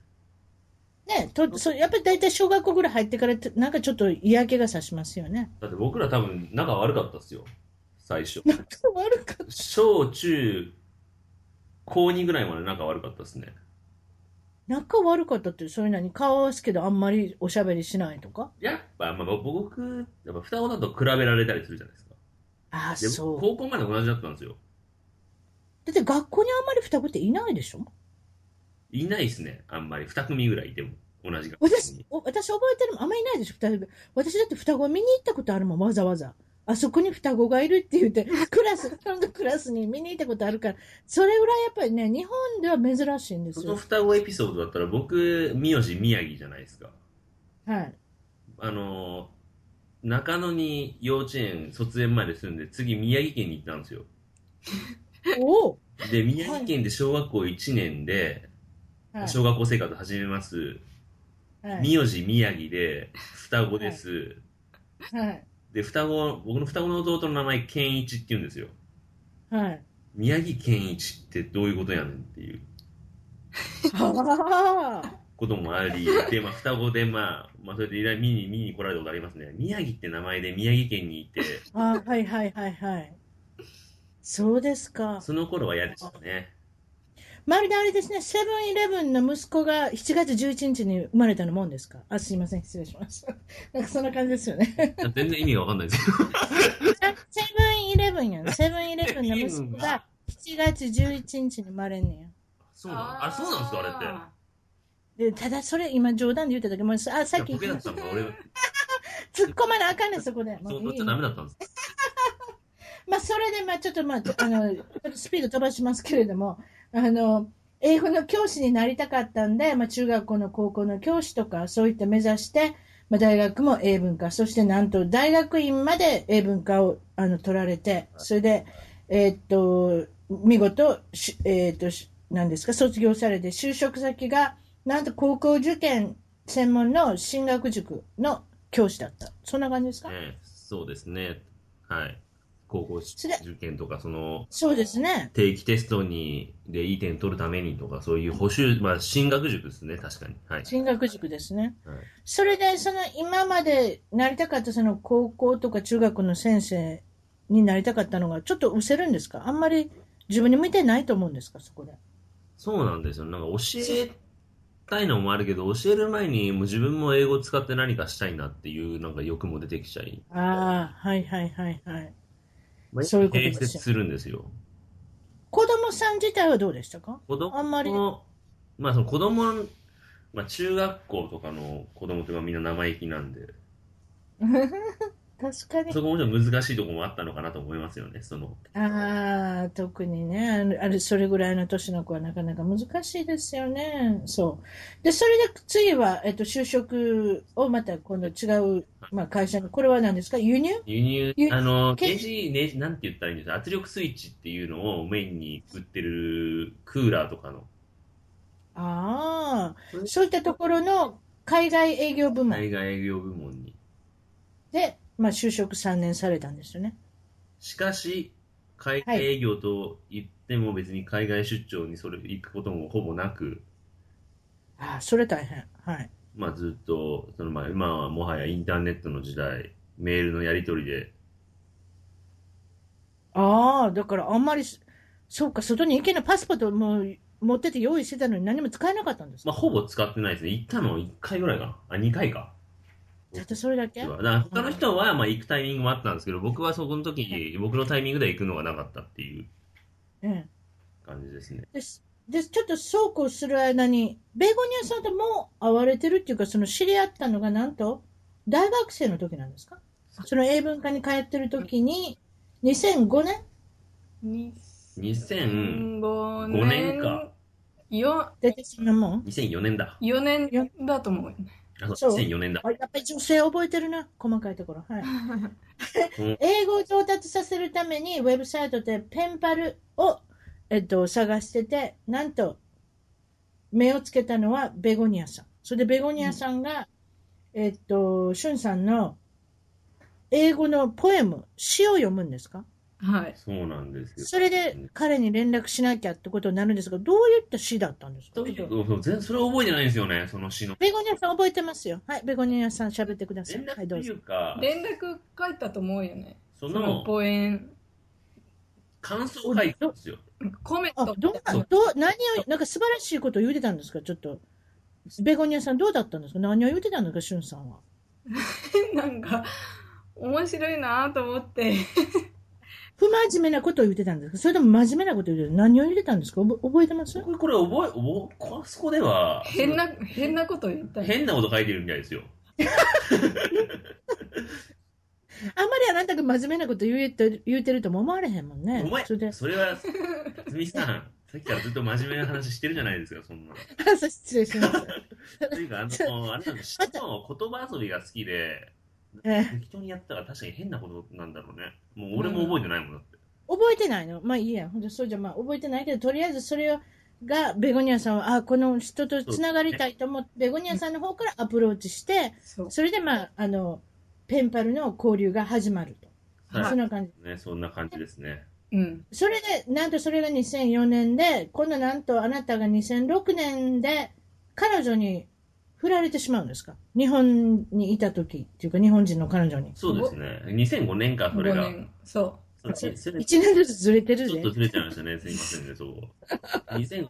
Speaker 1: ねとそうやっぱり大体小学校ぐらい入ってからってなんかちょっと嫌気がさしますよね。
Speaker 2: だって僕ら多分仲悪かったっすよ。最初。
Speaker 1: なんか悪かっ
Speaker 2: 小中高2ぐらいまで仲悪かったっすね。
Speaker 1: た。仲悪かったって、そういうのに顔合わすけどあんまりおしゃべりしないとか
Speaker 2: やっぱ、まあ、僕、やっぱ双子だと比べられたりするじゃないですか。
Speaker 1: ああ、
Speaker 2: で
Speaker 1: そう。
Speaker 2: 高校まで同じだったんですよ。
Speaker 1: だって学校にあんまり双子っていないでしょ
Speaker 2: いないっすね、あんまり。2組ぐらいいても。同じ学校
Speaker 1: 私
Speaker 2: に。、
Speaker 1: お私覚えてるもんあんまりいないでしょ双子。私だって双子見に行ったことあるもん、わざわざ。あそこに双子がいるって言 って、クラス、双子のクラスに見に行ったことあるから、それぐらいやっぱりね、日本では珍しいんで
Speaker 2: そ
Speaker 1: す
Speaker 2: の
Speaker 1: よ。
Speaker 2: 双子エピソードだったら僕、名字宮城じゃないですか。
Speaker 1: はい。
Speaker 2: あのー中野に幼稚園卒園まで住んで次宮城県に行ったんですよ
Speaker 1: おお、
Speaker 2: で宮城県で小学校1年で、
Speaker 1: はい
Speaker 2: 小学校生活始めます、
Speaker 1: はい。
Speaker 2: 名字宮城で双子です、
Speaker 1: はい。
Speaker 2: で双子僕の双子の弟の名前健一って言うんですよ
Speaker 1: はい。
Speaker 2: 宮城健一ってどういうことやねんっていう
Speaker 1: ああ、
Speaker 2: こともあ りで、まあ、双子で、まあまあ、それで依頼見に見に来られたことありますね宮城って名前で宮城県にいて
Speaker 1: あはいはいはいはい。そうですか。
Speaker 2: その頃は嫌でしたね
Speaker 1: まるであれですね、セブンイレブンの息子が7月11日に生まれたのもんですかあ、すいません、失礼しました。なんかそんな感じですよね。
Speaker 2: 全然意味が分かんないですよ
Speaker 1: あセブンイレブンやん。セブンイレブン の息子が7月11日に生まれんねんや。
Speaker 2: そうなんあ、そうなんですか、あれって。
Speaker 1: でただそれ今冗談で言ってたけど、もうあさっき
Speaker 2: ボケだったのか、俺、
Speaker 1: 突っ込まなあかんねん、そこで。も
Speaker 2: そうう取っ
Speaker 1: い
Speaker 2: ち
Speaker 1: い
Speaker 2: ゃダメだったんです。
Speaker 1: まあ、それで、まあ、ちょっと、まあ、あの、ちょっとスピード飛ばしますけれども、あの、英語の教師になりたかったんで、まあ、中学校の高校の教師とか、そういった目指して、まあ、大学も英文化、そしてなんと大学院まで英文化をあの取られて、それで、えーっと、見事、しえーっと、しなんですか、卒業されて、就職先が、なんと高校受験専門の進学塾の教師だった。そんな感じですか、
Speaker 2: ね、そうですね。はい。高校受
Speaker 1: それ
Speaker 2: 験とか、その、
Speaker 1: そうですね。
Speaker 2: 定期テストに、で、いい点取るためにとか、そういう補習、まあ、進学塾ですね、確かに。はい。
Speaker 1: 進学塾ですね、
Speaker 2: はい
Speaker 1: それでその今までなりたかったその高校とか中学の先生になりたかったのがちょっと失せるんですかあんまり自分に向いてないと思うんですかそこで
Speaker 2: そうなんですよ。なんか、教えたいのもあるけど、教える前に、もう自分も英語を使って何かしたいなっていう、なんか欲も出てきちゃい、
Speaker 1: ああはいはいはいはい
Speaker 2: まあ
Speaker 1: そういうことです
Speaker 2: 併設するんですよ。
Speaker 1: 子供さん自体はどうでしたか
Speaker 2: 子供
Speaker 1: あんまり
Speaker 2: まあその子供の、まあ中学校とかの子供とかみんな生意気なんで、
Speaker 1: 確かに
Speaker 2: そ。こもちょっと難しいところもあったのかなと思いますよね。その、
Speaker 1: ああ、特にね、ある、ある、それぐらいの年の子はなかなか難しいですよね。そう。で、それで次は、えっと、就職をまた今度違う、まあ、会社に、これは何ですか輸入
Speaker 2: 輸入
Speaker 1: 輸、入
Speaker 2: あの、
Speaker 1: け
Speaker 2: ネジ、ネジ、なんて言ったらいいんですか圧力スイッチっていうのをメインに売ってるクーラーとかの、
Speaker 1: ああ
Speaker 2: う、ん
Speaker 1: そういったところの海外営業部門
Speaker 2: 海外営業部門に。
Speaker 1: で、まあ、就職3年されたんですよね。
Speaker 2: しかし、海
Speaker 1: は
Speaker 2: 外
Speaker 1: い
Speaker 2: 営業と言っても別に海外出張にそれ行くこともほぼなく、
Speaker 1: ああ、それ大変。はい。
Speaker 2: まあずっと、そのまあ今はもはやインターネットの時代、メールのやり取りで、
Speaker 1: ああ、だからあんまりす、そうか、外に行けないパスポートも持ってて用意してたのに何も使えなかったんです
Speaker 2: ま
Speaker 1: か
Speaker 2: あほぼ使ってないですね。行ったの1回ぐらいかな。あ、2回か。
Speaker 1: たったそれだけ
Speaker 2: だから他の人はまあ行くタイミングもあったんですけど、僕はそこの時に僕のタイミングでは行くのがなかったっていう
Speaker 1: うん。
Speaker 2: 感じですね。
Speaker 1: です。で、ちょっとそうこうする間に、ベーゴニアさんともう会われてるっていうか、その知り合ったのがなんと、大学生の時なんですかその英文科に通ってる時に、2005年
Speaker 2: 2000
Speaker 3: 2005
Speaker 2: 5年か
Speaker 3: よ
Speaker 1: 出てそんなもん
Speaker 2: 2004年だ。
Speaker 3: 4年だと思う。
Speaker 2: あ、
Speaker 1: そ
Speaker 2: そうう、2004年だ。
Speaker 1: あやっぱり女性覚えてるな、細かいところ。はい、
Speaker 2: うん
Speaker 1: 英語を上達させるために、ウェブサイトでペンパルを、えっと、探してて、なんと、目をつけたのはベゴニアさん。それでベゴニアさんが、えっと、シュンさんの英語のポエム、詩を読むんですか
Speaker 3: はい。
Speaker 2: そうなんですよ。
Speaker 1: それで彼に連絡しなきゃってことになるんですが、どういった詩だったんですか
Speaker 2: とにかくそう全それ覚えてないんですよね、その詩の。
Speaker 1: ベゴニアさん覚えてますよ。はい、ベゴニアさん喋ってください。
Speaker 2: 連
Speaker 1: はい、
Speaker 2: 絡
Speaker 1: ど
Speaker 2: と
Speaker 1: う
Speaker 2: い
Speaker 1: ぞ。
Speaker 2: うか、
Speaker 3: 連絡書いたと思うよね。
Speaker 2: そ
Speaker 3: その
Speaker 2: の
Speaker 3: 公演、
Speaker 2: 感想を書いたんですよ。
Speaker 3: コメン
Speaker 1: あ
Speaker 3: ト
Speaker 1: どうな
Speaker 2: そう
Speaker 1: どう何をなんか素晴らしいことを言うてたんですか、ちょっと。ベゴニアさん、どうだったんですか何を言うてたんですか、しゅんさんは。
Speaker 3: なんか面白いなと思って。
Speaker 1: 不真面目なことを言うてたんですかそれとも真面目なことを言うてた何を言うてたんですか覚覚えてます
Speaker 2: 僕、これ覚え、覚えこそこでは、
Speaker 3: 変な、変なこと言
Speaker 2: そ
Speaker 3: った
Speaker 2: の
Speaker 3: よ。
Speaker 2: 変なこと書いてるみたいですよ。
Speaker 1: あんまりあなたが真面目なこと言うて言うてるとも思われへんもんね。
Speaker 2: お前、
Speaker 1: それで、
Speaker 2: それは、辰巳さん、 さっきからずっと真面目な話してるじゃないですか、そんな。
Speaker 1: あそう失礼しました。
Speaker 2: とい うか、あの、あれなんですよ、詩の言葉遊びが好きで、
Speaker 1: ええ
Speaker 2: 適当にやったら確かに変なことなんだろうね。もう俺も覚えてないもんだって。
Speaker 1: 覚えてないのまあいいや。ほんとそうじゃ、まあ覚えてないけど、とりあえずそれをが、ベゴニアさんは、あこの人とつながりたいと思って、ベゴニアさんの方からアプローチして、
Speaker 3: そう。
Speaker 1: それでまあ、あの、ペンパルの交流が始まると。
Speaker 3: はい
Speaker 1: そんな感じ。
Speaker 2: ね、そんな感じですね。
Speaker 3: うん。
Speaker 1: それで、なんとそれが2004年で、今度なんとあなたが2006年で、彼女に振られてしまうんですか日本にいた時っていうか、日本人の彼女に。
Speaker 2: そうですね。2005年か、それ
Speaker 3: 5
Speaker 2: が。
Speaker 3: 年。そ
Speaker 2: そうそれそれ
Speaker 1: 1年ずつずれてる
Speaker 2: ちょっ
Speaker 1: ぜ
Speaker 2: と。ずれちゃいましたね、すいませんね、そ う。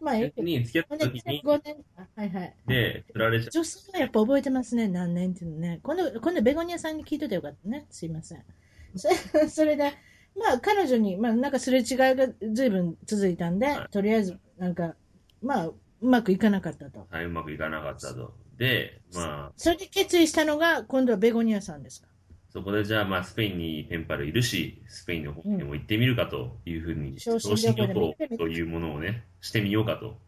Speaker 1: まあええけど
Speaker 2: 2005年に付き合
Speaker 1: ほ
Speaker 2: っ
Speaker 1: んで
Speaker 2: た時に、
Speaker 1: 2005年か。はいはい。
Speaker 2: で、振られちゃ
Speaker 1: 女性はやっぱ覚えてますね、何年っていうのね。今度、今度ベゴニアさんに聞いといてよかったね。すいません。そ それで、まあ彼女に、まあなんかすれ違いが随分続いたんで、
Speaker 2: はい
Speaker 1: とりあえず、なんか、まあ、うまくいかなかったと。
Speaker 2: う、はい、うまくいかなかったと。で、まあ、
Speaker 1: それで決意したのが、今度はベゴニアさんですか。
Speaker 2: そこでじゃあ、まあ、スペインにペンパルいるし、スペインの方にも行ってみるかというふうに、
Speaker 1: 昇
Speaker 2: 昇
Speaker 1: 進
Speaker 2: 進
Speaker 1: 旅行
Speaker 2: 旅
Speaker 1: でも行ってみる
Speaker 2: 行というものをね、してみようかと。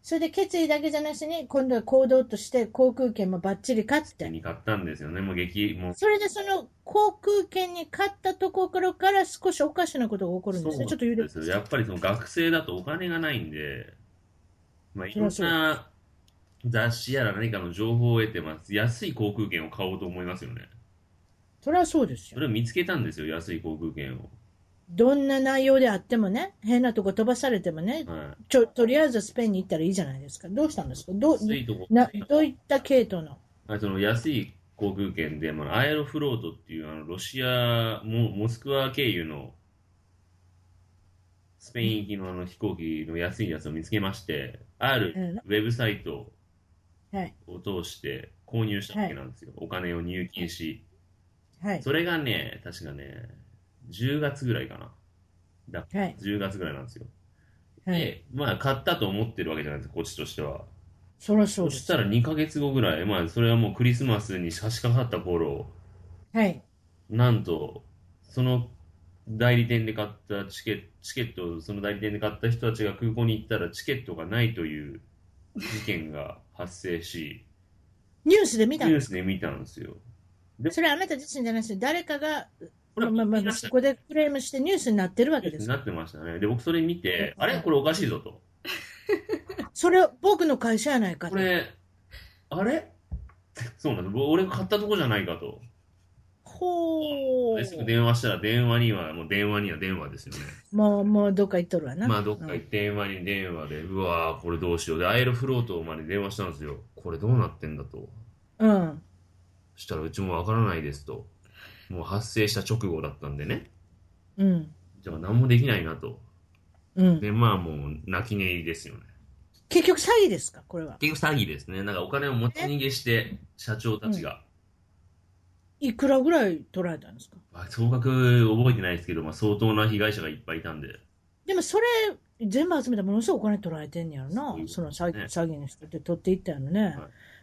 Speaker 1: それで決意だけじゃなしに、今度は行動として航空券もバッチリ買っ
Speaker 2: 手
Speaker 1: て。
Speaker 2: に買ったんですよね、もう激、もう、
Speaker 1: それでその航空券に買ったところから少しおかしなことが起こるんですね。ちょっと言うて
Speaker 2: そうですよやっぱりその学生だとお金がないんで、まあ、いろん
Speaker 1: そりゃ
Speaker 2: な雑誌やら何かの情報を得てます。安い航空券を買おうと思いますよね。
Speaker 1: それはそうです
Speaker 2: そ
Speaker 1: よ。
Speaker 2: れを見つけたんですよ、安い航空券を。
Speaker 1: どんな内容であってもね、変なとこ飛ばされてもね、
Speaker 2: は
Speaker 1: ちょ、とりあえずスペインに行ったらいいじゃないですか。どうしたんですかどう
Speaker 2: い、、安いとこ
Speaker 1: な、どういった系統の
Speaker 2: はいその安い航空券で、まあ、アエロフロートっていうあのロシアモ、モスクワ経由のスペイン行きのあの飛行機の安いやつを見つけまして、ある
Speaker 1: うん
Speaker 2: ウェブサイト
Speaker 1: はい。
Speaker 2: を通して購入したわけなんですよ、お金を入金し、
Speaker 1: はい。
Speaker 2: それがね、確かね、10月ぐらいかな、だ
Speaker 1: はい。
Speaker 2: 10月ぐらいなんですよ。
Speaker 1: はい。
Speaker 2: で、まあ、買ったと思ってるわけじゃないですか、こっちとしては。
Speaker 1: そらそう
Speaker 2: そ
Speaker 1: で
Speaker 2: し
Speaker 1: す。
Speaker 2: たら2ヶ月後ぐらい、まあ、それはもうクリスマスに差し掛かった頃、
Speaker 1: はい。
Speaker 2: なんと、その代理店で買ったチケチケットを、その代理店で買った人たちが空港に行ったらチケットがないという事件が発生し、
Speaker 1: ニュースで見
Speaker 2: ニ
Speaker 1: た
Speaker 2: ュ
Speaker 1: の
Speaker 2: ースで見たんですよ。
Speaker 1: それはあなた自身じゃないですよ誰かが、
Speaker 2: これ
Speaker 1: まあまあ
Speaker 2: ニュース
Speaker 1: そこでクレームしてニュースになってるわけ
Speaker 2: ニュー
Speaker 1: で
Speaker 2: スに
Speaker 1: す
Speaker 2: なってましたね。で、僕それ見て、
Speaker 1: うん
Speaker 2: あれこれおかしいぞと。
Speaker 1: それ僕の会社やないかと
Speaker 2: これ、あれ そうなんです。僕俺が買ったとこじゃないかと。
Speaker 1: ほう
Speaker 2: で、すぐ電話したら電話には、もう電話には電話ですよね。
Speaker 1: もうもうどっか行っとるわな、
Speaker 2: まあ、どっか行って電話に電話で、うわー、これどうしよう。で、アイルフロートまで電話したんですよ。これどうなってんだと。
Speaker 1: うん、うん
Speaker 2: したら、うちもわからないですと。もう発生した直後だったんでね。
Speaker 1: うん
Speaker 2: じゃあ、何もできないなと。
Speaker 1: うん、
Speaker 2: で、まあ、もう、泣き寝入りですよね。
Speaker 1: 結局詐欺ですかこれは
Speaker 2: 結局詐欺ですね。なんかお金を持ち逃げして、社長たちが。
Speaker 1: いくらぐらい取られたんですか
Speaker 2: まあ、総額覚えてないですけど、まあ、相当な被害者がいっぱいいたんで。
Speaker 1: でもそれ全部集めたらものすごいお金取られてんやろな
Speaker 2: そういうこ
Speaker 1: そ
Speaker 2: と
Speaker 1: の
Speaker 2: です
Speaker 1: 詐
Speaker 2: ね
Speaker 1: 欺詐欺の人って取っていったやろね、
Speaker 2: はい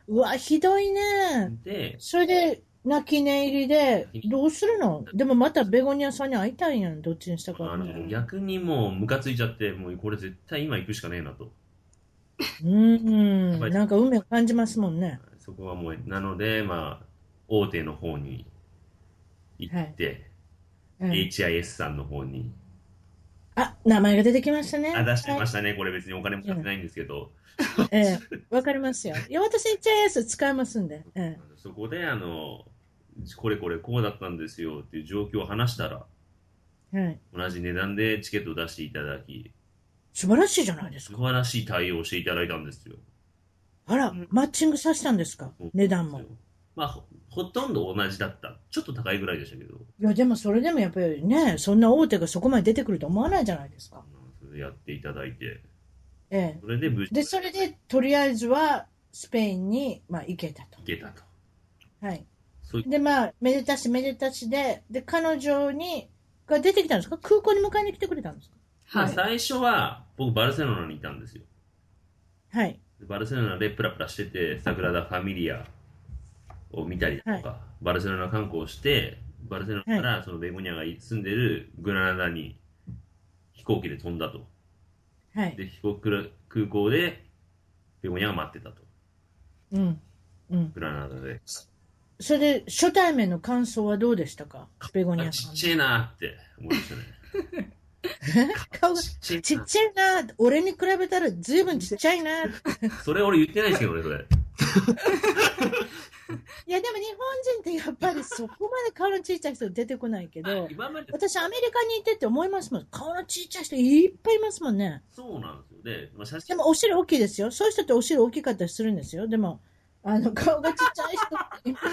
Speaker 2: う
Speaker 1: わひどいね
Speaker 2: で、
Speaker 1: それで泣き寝入りでどうするのでもまたベゴニアさんに会いたいやんどっちにしたか
Speaker 2: あ
Speaker 1: わかんない
Speaker 2: の、逆にもう、ムカついちゃって、もう、これ絶対今行くしかねえなと。
Speaker 1: うん、
Speaker 2: やっぱ
Speaker 1: うん、
Speaker 2: り
Speaker 1: なんか運命を感じますもんね
Speaker 2: そこはもう、なので、まあ、大手の方に行って、
Speaker 1: うん
Speaker 2: HIS さんの方に、
Speaker 1: あ、名前が出てきましたね。
Speaker 2: あ、出してま
Speaker 1: し
Speaker 2: したね、これ別にお金も買ってないんですけど、
Speaker 1: た。ええ、わかりますよ。いや、私 HIS 使いますんで。ええ、
Speaker 2: そこで、あの、これこれこうだったんですよっていう状況を話したら、
Speaker 1: はい。
Speaker 2: 同じ値段でチケットを出していただき、
Speaker 1: 素晴らしいじゃないです
Speaker 2: 素
Speaker 1: か。
Speaker 2: 晴らしい対応をしていただいたんですよ。
Speaker 1: あら
Speaker 3: うん、
Speaker 1: マッチングさせたんですか値段も。い。
Speaker 2: まあ、ほほとんど同じだった。ちょっと高いぐらいでしたけど、
Speaker 1: や、でもそれでもやっぱりね、そんな大手がそこまで出てくると思わないじゃないですか。
Speaker 2: それでやっていただいて、
Speaker 1: ええ。
Speaker 2: それで無事に
Speaker 1: で、それで、とりあえずは、スペインに、まあ、行けたと
Speaker 2: 行。けたと。
Speaker 1: はい。
Speaker 2: そうい
Speaker 1: で、まあ、めでたしめでたしで、で、彼女に、が出てきたんですか空港に迎えに来てくれたんですか
Speaker 2: まあ、
Speaker 3: はい。
Speaker 2: 最初は、僕、バルセロナにいたんですよ。
Speaker 1: はい。
Speaker 2: バルセロナでプラプラしてて、サグラダ・ファミリアを見たりだとか、バルセロナ観光をして、バルセロナからそのベゴニアが住んでるグラナダに飛行機で飛んだと。
Speaker 1: はい。
Speaker 2: で、飛行空空港でベゴニアが待ってたと。
Speaker 1: うん。うん。
Speaker 2: グラナダで。
Speaker 1: それで初対面の感想はどうでしたかベゴニ
Speaker 2: あ
Speaker 1: ア
Speaker 2: ち
Speaker 1: さ
Speaker 2: っ
Speaker 1: ん。
Speaker 2: ちゃいなーって思いましたね。
Speaker 1: 顔が
Speaker 2: ちっちゃい
Speaker 1: ちっちゃいなー俺に比べたらずいぶんちっちゃいなー
Speaker 2: なそれ俺言ってないですけどね、それ。
Speaker 1: いやでも日本人ってやっぱりそこまで顔のちっちゃい人出てこないけど
Speaker 2: 今まで
Speaker 1: 私アメリカにいてって思いますもん顔のちっちゃい人いっぱいいますもんね
Speaker 2: そうなんですよ。で、まあ、写
Speaker 1: で
Speaker 2: 真
Speaker 1: もお尻大きいですよそういう人ってお尻大きかったりするんですよでもあの顔がちっちゃい人っていっぱい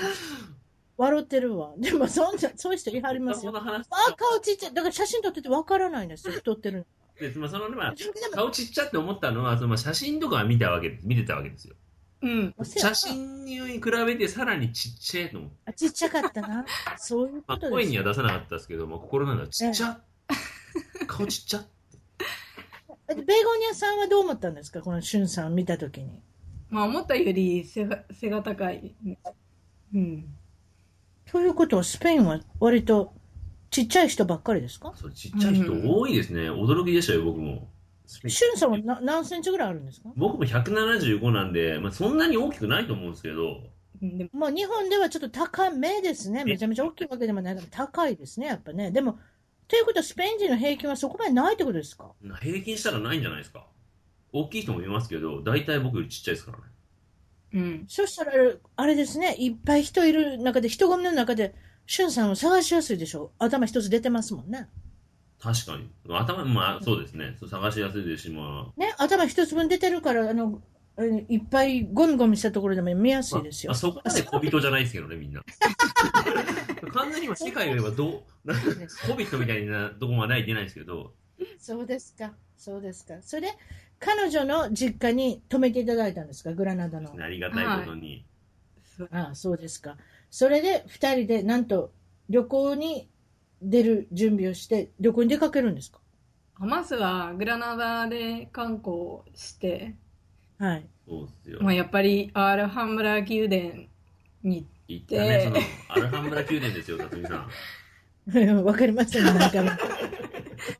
Speaker 1: 笑ってるわでもそんなそういう人いはります よ
Speaker 2: この話
Speaker 1: あー顔ちっちゃいだから写真撮っててわからないんですよ太ってる
Speaker 2: で、まあ、その、まあ
Speaker 1: の、でも
Speaker 2: 顔ちっちゃって思ったのは、そのまあ写真とかは見たわけ、見てたわけですよ。
Speaker 3: うん。
Speaker 2: 写真に比べてさらにちっちゃいと思う。
Speaker 1: あちっちゃかった な。そういう
Speaker 2: ま
Speaker 1: こ
Speaker 2: あ、
Speaker 1: とで
Speaker 2: 声
Speaker 1: す
Speaker 2: に
Speaker 1: よ。
Speaker 2: は出さなかったですけど、まあ、心の中でちっちゃ。顔ちっちゃ。
Speaker 1: ベーゴニアさんはどう思ったんですかこのしゅんさんを見たときに。
Speaker 3: まあ、思ったより背が背が高い。うん。
Speaker 1: ということは、スペインは割とちっちゃい人ばっかりですか
Speaker 2: そうちっちゃい人多いですね。驚きでしたよ、僕も。
Speaker 1: しゅんさんはな何センチぐらいあるんですか
Speaker 2: 僕も175なんで、まあ、そんなに大きくないと思うんですけど、
Speaker 3: でも
Speaker 1: まあ、日本ではちょっと高めですね。めちゃめちゃ大きいわけでもないけど、高いですね、やっぱね。でも、ということは、スペイン人の平均はそこまでないってことですか
Speaker 2: 平均したらないんじゃないですか。大きい人もいますけど、大体僕よりちっちゃいですからね。
Speaker 3: うん。
Speaker 1: そしたら、あれですね、いっぱい人いる中で、人混みの中で、しゅんさんを探しやすいでしょ頭一つ出てますもんね。
Speaker 2: 確かに。頭、まあ、そうですね。そう探しやすいですし、まあ。
Speaker 1: ね、頭一つ分出てるから、あの、えーいっぱいゴミゴミしたところでも見やすいですよ
Speaker 2: まあ、。そこまで小人じゃないですけどね、み んな。完全に今、世界よりはどう、なんか小人みたいなとこまではいけないですけど、
Speaker 1: そうですか、そうですか。それで、彼女の実家に泊めていただいたんですか、グラナダの。
Speaker 2: ありがたいことに。
Speaker 3: そう
Speaker 1: ああ、そうですか。それで、二人で、なんと、旅行に出る準備をして、旅行に出かけるんですか
Speaker 3: まずはグラナダで観光して、
Speaker 1: はい。
Speaker 2: そうですよ。
Speaker 3: まあ、やっぱりアルハンブラ宮殿に
Speaker 2: 行ったね、その、アルハンブラ宮殿ですよ、辰巳さん。
Speaker 1: わかりません、ね、なん か。も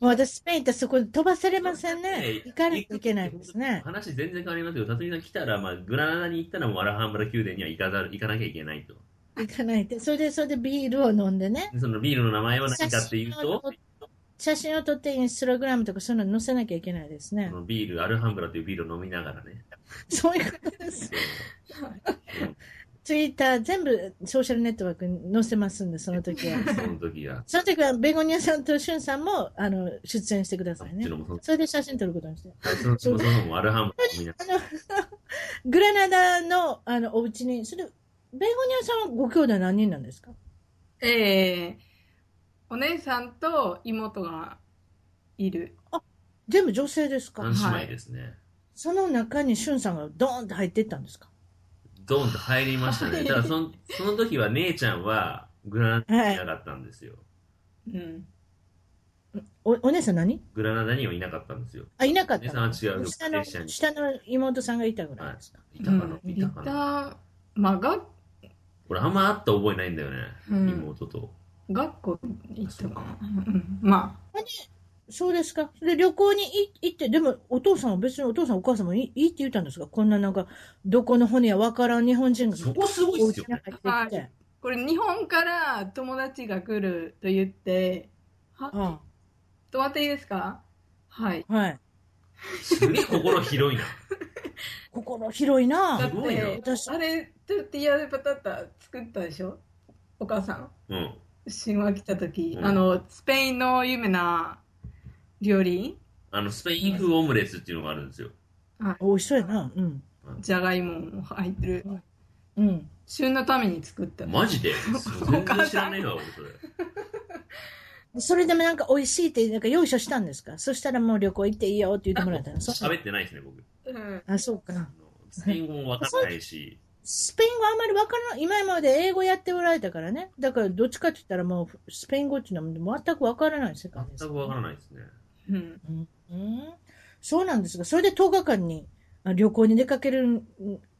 Speaker 1: う私、スペインってそこで飛ばされませんね。行かないといけないですね。
Speaker 2: 話全然変わりますけど、辰巳さん来たら、まあ、グラナダに行ったら、もうアルハンブラ宮殿には行かざる、行かなきゃいけないと。
Speaker 1: 行かないで。それで、それでビールを飲んでね。
Speaker 2: でそのビールの名前は何かっていうと、
Speaker 1: 写真を撮ってインスタグラムとかそういうの載せなきゃいけないです
Speaker 2: そ
Speaker 1: ね。
Speaker 2: のビール、アルハンブラというビールを飲みながらね。
Speaker 1: そういうことです。ツイッター全部ソーシャルネットワークに載せますんで、その時は。
Speaker 2: その時は。
Speaker 1: その時はベゴニアさんとシュンさんもあの出演してください
Speaker 2: も
Speaker 1: ね
Speaker 2: ち。ろんその
Speaker 1: それで写真撮ることにして。
Speaker 2: そのそのそのアルハンブラを飲みながら。
Speaker 1: グラナダのあのお家に、それ、ベゴニアさんはご兄弟何人なんですか
Speaker 3: ええお姉さんと妹がいる。
Speaker 1: 全部女性ですか
Speaker 2: 三姉妹ですね。
Speaker 1: その中にシュンさんがドーンって入っていったんですか
Speaker 2: ドンと入りました
Speaker 3: は
Speaker 2: ね。
Speaker 3: い
Speaker 2: ただその、その時は姉ちゃんはグラナダにいなかったんですよ。
Speaker 3: うん。
Speaker 1: おお姉さん何
Speaker 2: グラナダにはいなかったんですよ。
Speaker 1: あ、いなかっ
Speaker 2: 姉
Speaker 1: た
Speaker 2: さんは違う。
Speaker 1: 下
Speaker 2: ク
Speaker 1: の
Speaker 2: リスチャンに
Speaker 1: 下の妹さんがいたぐらいですか、
Speaker 2: いたかな、いたかな。
Speaker 3: た、まあ、が、
Speaker 2: 俺あんま会った覚えないんだよね。
Speaker 3: うん、
Speaker 2: 妹と。
Speaker 3: 学校行ったかな。うん、まあ、
Speaker 1: そうですかで旅行にい行って、でもお父さんは別にお父さんお母さんもいいいいって言ったんですかこんななんか、どこの骨やわからん日本人が
Speaker 2: そこすごいっすよ
Speaker 1: お
Speaker 2: ね。
Speaker 1: 家に入ってきて。
Speaker 3: これ日本から友達が来ると言って、は、
Speaker 1: あ
Speaker 3: 止まっていいですかはい。
Speaker 1: あはい。
Speaker 2: すげえ心広いな。
Speaker 1: 心広いな
Speaker 2: す
Speaker 3: だっ
Speaker 1: ぁ。
Speaker 2: ごいな
Speaker 3: て、
Speaker 1: 私
Speaker 3: あれ、ちょっとやればたった作ったでしょお母さん。
Speaker 2: うん。
Speaker 3: 神話来た時、
Speaker 2: うん
Speaker 3: あのスペインの有名な料理
Speaker 2: あの、スペイン風オムレツっていうのがあるんですよ。
Speaker 1: 美味しそうやな。うん。
Speaker 3: じゃがいもも入ってる
Speaker 1: うん。
Speaker 3: 旬のために作った
Speaker 2: マジで全然知らねえわ、俺それ。
Speaker 1: それでもなんか美味しいって、なんか用意書したんですかそしたらもう旅行行っていいよって言ってもらえたの。そう
Speaker 2: 喋ってないですね、僕。
Speaker 3: うん
Speaker 1: あ、そうか。
Speaker 2: スペイン語もわからないし。
Speaker 1: スペイン語あんまりわからない。今まで英語やっておられたからね。だからどっちかって言ったらもうスペイン語っていうのは全くわからない世界です。
Speaker 2: 全くわからないですね。
Speaker 3: うん
Speaker 1: うん、そうなんですが、それで10日間にあ旅行に出かける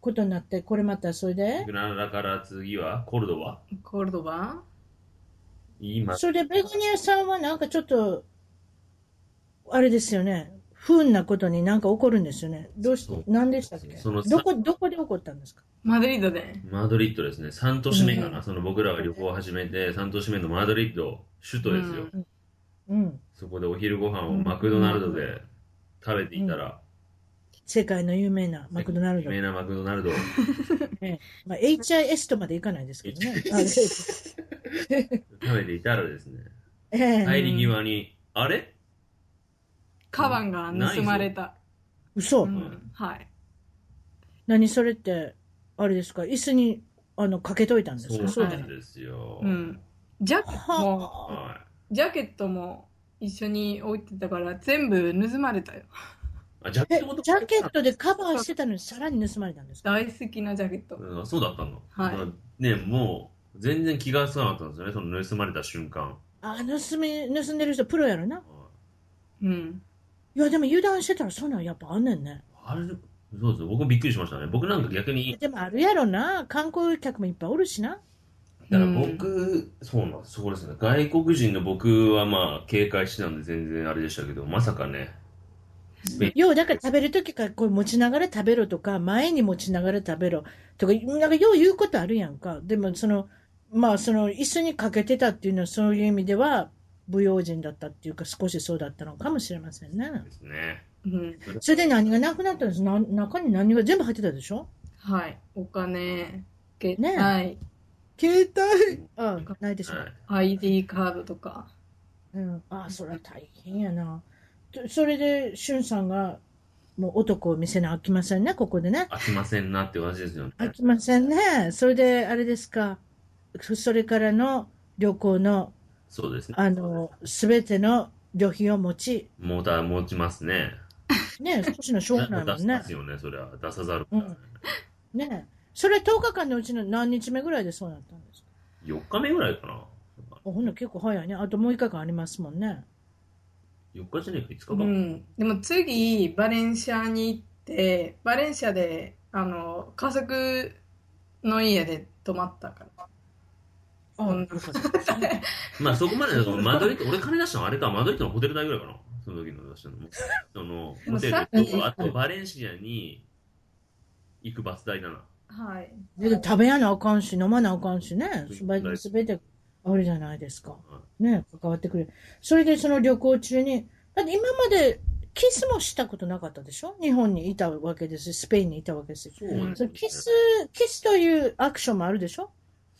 Speaker 1: ことになって、これまたそれで、
Speaker 2: グラナダから次はコルドバ
Speaker 3: コルドバ
Speaker 2: 今、
Speaker 1: それでベゴニアさんはなんかちょっと、あれですよね。不運なことになんか起こるんですよね。どうし
Speaker 2: そう、
Speaker 1: 何でしたっけ
Speaker 2: その
Speaker 1: どこ、どこで起こったんですか
Speaker 3: マドリードで
Speaker 2: マドリッドですね。3都市目かな。
Speaker 3: う
Speaker 2: その僕らが旅行を始めて、3都市目のマドリッド、首都ですよ。
Speaker 3: うん
Speaker 1: うん。
Speaker 2: そこでお昼ご飯をマクドナルドで食べていたら、
Speaker 1: 世界の有名なマクドナルド
Speaker 2: 有。名なマクドナ ルド。
Speaker 1: まあ、HIS とまでいかないですけどね。あ
Speaker 2: 食べていたらですね、
Speaker 1: ええ
Speaker 2: 帰り際に、あれ
Speaker 3: カバンが盗まれた、
Speaker 1: 嘘、
Speaker 3: うん、はい
Speaker 1: 何それって、あれですか椅子に、あの、かけといたんです
Speaker 2: そ
Speaker 1: か
Speaker 2: う
Speaker 1: そう
Speaker 2: な
Speaker 1: です
Speaker 2: んですよ。
Speaker 3: うんジャも
Speaker 1: はあ
Speaker 2: は
Speaker 3: うジャケットも一緒に置いてたから全部盗まれたよ
Speaker 2: い。あ、ジャケ
Speaker 1: え
Speaker 2: ットごと
Speaker 1: ジャケットでカバーしてたのにさらに盗まれたんですか
Speaker 3: 大好きなジャケット
Speaker 2: うん、そうだったの。
Speaker 3: はい
Speaker 2: だからね、もう、全然気がつかなかったんですよね、その盗まれた瞬間。
Speaker 1: あ盗み盗んでる人プロやろな
Speaker 3: うん
Speaker 1: いやでも油断してたらそんなんやっぱあんねんね
Speaker 2: あれ、そうです僕もびっくりしましたね。僕なんか逆に、
Speaker 1: でもあるやろな観光客もいっぱいおるしな
Speaker 2: だから僕、そうなんです、そうですね。外国人の僕はまあ、警戒してたんで全然あれでしたけど、まさかね、
Speaker 1: ようだから食べる時からこう持ちながら食べろとか前に持ちながら食べろとかなんかよう言うことあるやんかでもそのまあその椅子にかけてたっていうのはそういう意味では不用心だったっていうか少しそうだったのかもしれませんね
Speaker 2: ですね。
Speaker 3: うん
Speaker 1: それで何がなくなったんですな中に何が全部入ってたでしょ
Speaker 3: はいお金携帯、
Speaker 1: ね携帯あないでしょ、
Speaker 2: はい。
Speaker 3: ID カードとか
Speaker 1: うん、ああそれは大変やなとそれでしゅんさんがもう男を見せなあきませんねここでね
Speaker 2: 飽きませんなって感じですよね。
Speaker 1: あきませんねそれであれですかそそれからの旅行の
Speaker 2: そうですね。
Speaker 1: あの全ての旅費を持ち
Speaker 2: モーター持ちますね。
Speaker 1: ね少しの
Speaker 2: 出
Speaker 1: 将来もん
Speaker 2: し
Speaker 1: ね
Speaker 2: ますよね、それは。出さざるを得ない。
Speaker 1: ねそれ10日間のうちの何日目ぐらいでそうなったんですか
Speaker 2: 4日目ぐらいかな。
Speaker 1: あほんの結構早いねあともう1回間ありますもんね
Speaker 2: 4日じゃねえか、5日か。
Speaker 3: うん、でも次バレンシアに行ってバレンシアであの家族の家で泊まったから。
Speaker 1: あ
Speaker 3: そんな
Speaker 2: まあそこまでだと、マドリッド、俺金出したのあれか、マドリッドのホテル代ぐらいかな。その時の出した のも。その、ホテルと、あとバレンシアに行くバス代だな。
Speaker 3: はい。
Speaker 1: でも食べやなあかんし、飲まなあかんしね。すべてあるじゃないですか。ね、関わってくれる。それでその旅行中に、だって今までキスもしたことなかったでしょ日本にいたわけですし、スペインにいたわけですし。
Speaker 2: そうなんです
Speaker 1: そ
Speaker 2: よ
Speaker 1: れキス、キスというアクションもあるでしょ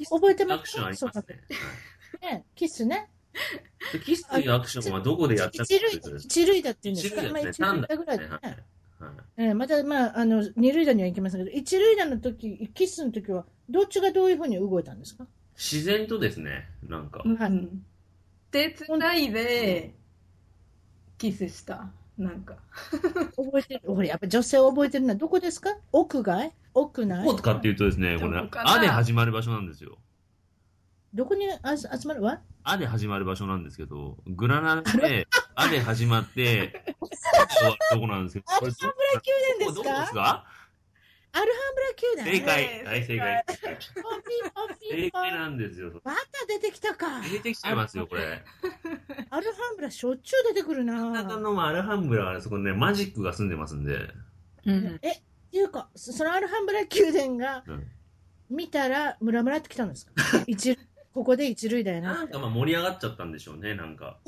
Speaker 1: 覚えて
Speaker 2: ア
Speaker 1: ま
Speaker 2: ク
Speaker 1: す
Speaker 2: ションあります
Speaker 1: そ
Speaker 2: ね
Speaker 1: うだ。ね。キスね。
Speaker 2: でキスというアクションはどこでやったかって
Speaker 1: 一
Speaker 2: い
Speaker 1: 塁
Speaker 2: うと
Speaker 1: 打、
Speaker 2: ですね
Speaker 1: 一塁打っていうんで
Speaker 2: 一
Speaker 1: すか
Speaker 2: 塁
Speaker 1: まあ
Speaker 2: だ
Speaker 1: 一
Speaker 2: った
Speaker 1: 塁
Speaker 2: ね。
Speaker 1: 打ぐらいで
Speaker 2: ね
Speaker 1: ね。
Speaker 2: はいはい
Speaker 1: えーまた、まあ、あの、二塁打には行きませんけど、一塁打の時、キスの時は、どっちがどういうふうに動いたんですか
Speaker 2: 自然とですね、なんか。
Speaker 3: うん。手つないで、キスした。なんか。
Speaker 1: 覚えてる。俺、やっぱ女性を覚えてるのはどこですか屋外屋内
Speaker 2: どこかっていうとですね、これ
Speaker 3: どこ、かな
Speaker 2: あで始まる場所なんですよ。
Speaker 1: どこにあ集まるわ
Speaker 2: あで始まる場所なんですけど、グラナダ で、あで始まって、終わるとこなんですけど、これどこ
Speaker 1: 宮殿です
Speaker 2: どこで
Speaker 1: か
Speaker 2: すか
Speaker 1: アルハンブラ
Speaker 2: 正
Speaker 1: 宮殿。
Speaker 2: 解。はい、正解。
Speaker 1: ポンピンポンピン
Speaker 2: 正
Speaker 1: ポン
Speaker 2: 解なんですよ。
Speaker 1: また出てきたか。
Speaker 2: 出てきちゃいますよ、これ。
Speaker 1: アルハンブラしょっちゅう出てくる
Speaker 2: カナダ
Speaker 1: な。っ
Speaker 2: のアルハンブラはそこね、マジックが住んでますんで。
Speaker 3: うん。
Speaker 1: ていうか、そそのアルハンブラ宮殿が
Speaker 2: うん
Speaker 1: 見たら、ムラムラってきたんですか一ここで一塁だよ
Speaker 2: な
Speaker 1: な。
Speaker 2: んかまあ盛り上がっちゃったんでしょうね、なん か。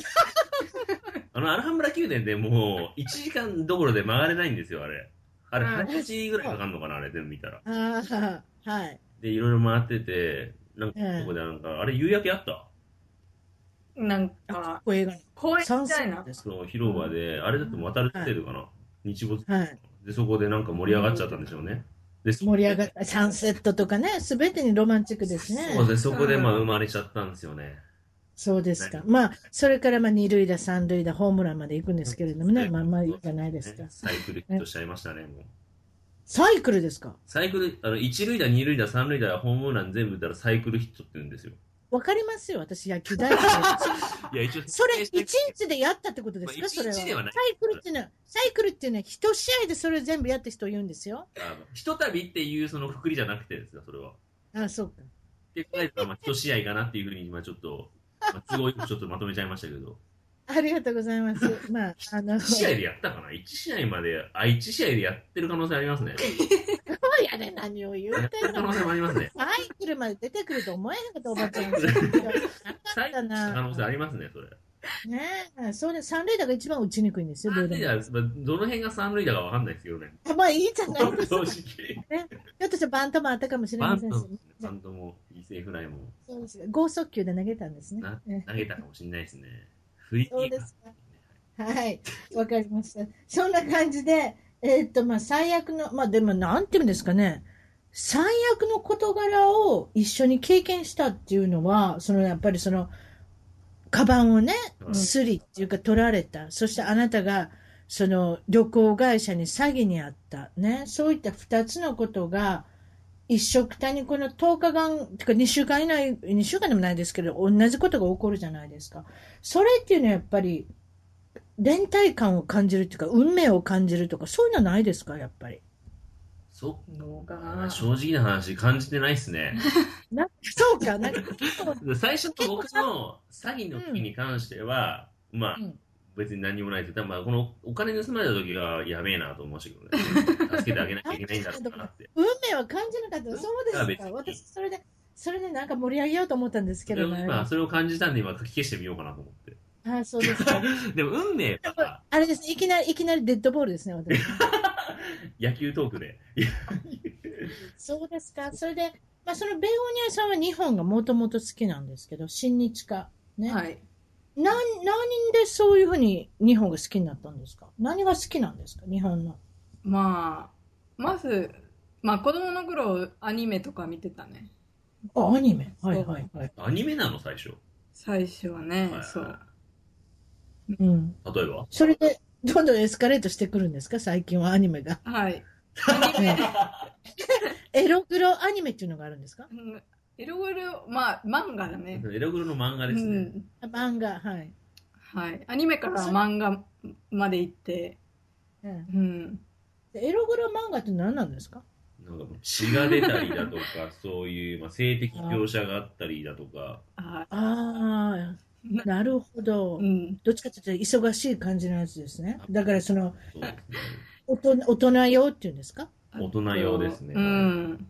Speaker 2: あの、アルハンブラ宮殿でもう、1時間どころで曲がれないんですよ、あれ。あれ、
Speaker 3: うん
Speaker 2: 8時ぐらいかかるのかな、あれ、全部見たら。
Speaker 1: ああ、はい。
Speaker 2: で、いろいろ回ってて、なんか、
Speaker 1: うん
Speaker 2: そこでなんか、あれ、夕焼けあった
Speaker 3: なん
Speaker 1: あ
Speaker 3: か、、
Speaker 1: こういう映画の。
Speaker 3: 公園
Speaker 1: サン
Speaker 3: み
Speaker 1: セ
Speaker 3: たい
Speaker 1: ット
Speaker 3: な
Speaker 1: で。す
Speaker 2: その広場で、あれだと渡るホテルかな、日没。
Speaker 1: か。はい。
Speaker 2: で、そこでなんか盛り上がっちゃったんでしょうね。で、そ
Speaker 1: 盛り上がった、サンセットとかね、すべてにロマンチックですね。
Speaker 2: そうで、そこでまあ生まれちゃったんですよね。
Speaker 1: そうです
Speaker 2: ね
Speaker 1: か。まあ、それからまあ二塁打、三塁打、ホームランまで行くんですけれどもね、
Speaker 2: ね
Speaker 1: まあまあいいじゃないですか
Speaker 2: ね。サイクルヒットしちゃいましたね、もう。
Speaker 1: サイクルですか
Speaker 2: サイクル、あの、一塁打、二塁打、三塁打、ホームラン全部打ったらサイクルヒットって言うんですよ。
Speaker 1: わかりますよ、私、野球大好きです。
Speaker 2: いや、一 応、
Speaker 1: それ、一日でやったってことです
Speaker 2: まあ
Speaker 1: か、それは。
Speaker 2: 一
Speaker 1: サ
Speaker 2: 日
Speaker 1: イ
Speaker 2: ではない
Speaker 1: クルっていうのは、サイクルっていうのは、一試合でそれ全部やった人を言うんですよ。
Speaker 2: あのひとたびっていうそのくくりじゃなくてですよ、それは。っ
Speaker 1: ああ、そうか。
Speaker 2: て考えたら、まあ、一試合かなっていうふうに、今ちょっと、まあ、都合よくちょっとまとめちゃいましたけど、
Speaker 1: ありがとうございます。 まあ、あの、
Speaker 2: 一試合でやったかな一試合まで、あ、一試合でやってる可能性ありますね。
Speaker 1: そうやで何を言う
Speaker 2: やって
Speaker 1: て
Speaker 2: る
Speaker 1: ん
Speaker 2: 可
Speaker 1: の
Speaker 2: 能性もありますね。
Speaker 1: サイクルまで出てくると思えなかったおばちゃん。なか
Speaker 2: サ
Speaker 1: っ
Speaker 2: イク
Speaker 1: た
Speaker 2: ルした可能性あ
Speaker 1: な。
Speaker 2: りますね、それ。
Speaker 1: ねえ、それ三塁打が一番打ちにくいんですよ、どう
Speaker 2: 三
Speaker 1: で
Speaker 2: 塁
Speaker 1: も
Speaker 2: 打、まあどの辺が三塁打かわかんないですけどね。
Speaker 1: まあいいじゃないですか
Speaker 2: 正。直。
Speaker 1: ひょっとしてバントもあったかもしれ
Speaker 2: バ
Speaker 1: ま
Speaker 2: ン
Speaker 1: せ
Speaker 2: ト
Speaker 1: んし
Speaker 2: も、、バントも、犠牲フライも、
Speaker 1: そうですね剛速球で投げたんですね
Speaker 2: な。
Speaker 1: え
Speaker 2: 投げたかもしれないですね。フリーキ
Speaker 1: そう
Speaker 2: ー
Speaker 1: で
Speaker 2: が
Speaker 1: すか。はい、わかりました。そんな感じで、えーっと、まあ、最悪の、まあ、でも、なんていうんですかね。最悪の事柄を一緒に経験したっていうのは、そのやっぱりその、カバンをね、
Speaker 2: うん
Speaker 1: すりっていうか取られた。そしてあなたが、その旅行会社に詐欺にあった。ね。そういった二つのことが、一緒くたにこの10日間、てか2週間以内、2週間でもないですけど、同じことが起こるじゃないですか。それっていうのはやっぱり、連帯感を感じるっていうか、運命を感じるとか、そういうのはないですか、やっぱり。
Speaker 2: そ
Speaker 3: どうか
Speaker 2: あー
Speaker 3: な。
Speaker 2: 正直な話、感じてないっすね。
Speaker 1: なそう か、なんか、
Speaker 2: 最初の僕の詐欺の時に関しては、まあ
Speaker 1: うん、
Speaker 2: 別に何もないけど、まあ、このお金盗まれた時がやべえなと思いましたけどね。助けてあげなきゃいけないんだろうなって。
Speaker 1: 運命は感じなかった。そうですか。
Speaker 2: あ別
Speaker 1: 私、それで、それでなんか盛り上げようと思ったんですけ
Speaker 2: で
Speaker 1: ど
Speaker 2: も
Speaker 1: ね。
Speaker 2: 今、それを感じたんで、今書き消してみようかなと思って。
Speaker 1: はい、そうですか。
Speaker 2: でも、運命は
Speaker 1: あれです。いきなり、いきなりデッドボールですね、 私。
Speaker 2: 野球トークで。いや
Speaker 1: そうですか。それで、まあ、そのベゴニアさんは日本がもともと好きなんですけど、親日家。ね。
Speaker 3: はい。
Speaker 1: なん、何でそういうふうに日本が好きになったんですか何が好きなんですか日本の。
Speaker 3: まあ、まず、まあ子供の頃アニメとか見てたね。
Speaker 1: あ、アニメ。はいはいはい。
Speaker 2: アニメなの、最初。
Speaker 3: 最初はね
Speaker 2: はい、
Speaker 3: そう。
Speaker 1: うん。
Speaker 2: 例えば。
Speaker 1: それで、どんどんエスカレートしてくるんですか最近はアニメが。
Speaker 3: はい。
Speaker 1: エログロアニメっていうのがあるんですか
Speaker 3: うんいろいろ、まあ漫画だね。
Speaker 2: エログロの漫画です
Speaker 3: う
Speaker 2: ね。
Speaker 3: ん
Speaker 1: あ漫画、はい。
Speaker 3: はい。アニメから漫画まで行って、
Speaker 1: うん
Speaker 3: うん。
Speaker 1: でエログロ漫画って何なんですか
Speaker 2: なんか血が出たりだとか、 そういう、まあ、性的描写があったりだとか、
Speaker 3: あ
Speaker 1: ああ、
Speaker 3: な
Speaker 1: なるほど
Speaker 3: う。ん。
Speaker 1: どっちかというと忙しい感じのやつですね。だからその
Speaker 2: そうですね
Speaker 1: 大人大人用っていうんですか
Speaker 2: 大人用ですね
Speaker 3: うん。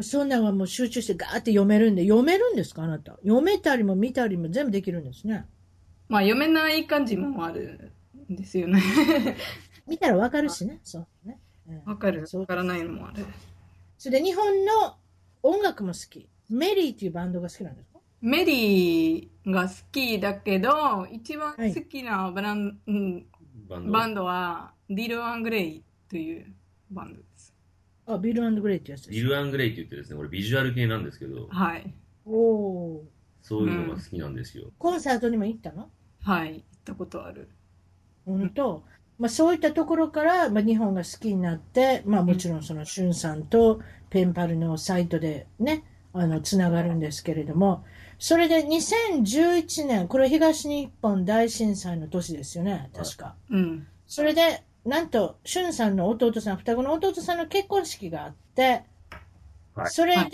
Speaker 1: そんなんはもう集中してガーって読めるんで、読めるんですかあなた。読めたりも見たりも全部できるんですね。
Speaker 3: まあ読めない感じもあるんで すよね。
Speaker 1: 見たらわかるしね。そうね。うん
Speaker 3: わかる
Speaker 1: そう
Speaker 3: わからないのもある。
Speaker 1: それで日本の音楽も好き。メリーっていうバンドが好きなんですか
Speaker 3: メリーが好きだけど、一番好きなブラン、うん
Speaker 2: バンド。
Speaker 3: バンドは、ディル・アン・グレイというバンドです。
Speaker 1: あ、ビルグレイってやつで
Speaker 2: ビ
Speaker 1: す。
Speaker 2: ル・アン・グレイって言ってですね、これビジュアル系なんですけど、
Speaker 3: はい。
Speaker 1: おおー。
Speaker 2: そういうのが好きなんですよ。
Speaker 1: コンサートにも行ったの
Speaker 3: はい。行ったことある。
Speaker 1: 本当、まあ、そういったところから、まあ、日本が好きになって、まあ、もちろんそのしゅんさんとペンパルのサイトでねあのつながるんですけれどもそれで2011年これ東日本大震災の年ですよね確か、
Speaker 3: うん。
Speaker 1: それでなんとしゅんさんの弟さん双子の弟さんの結婚式があって、
Speaker 2: はい
Speaker 1: それで、
Speaker 3: はい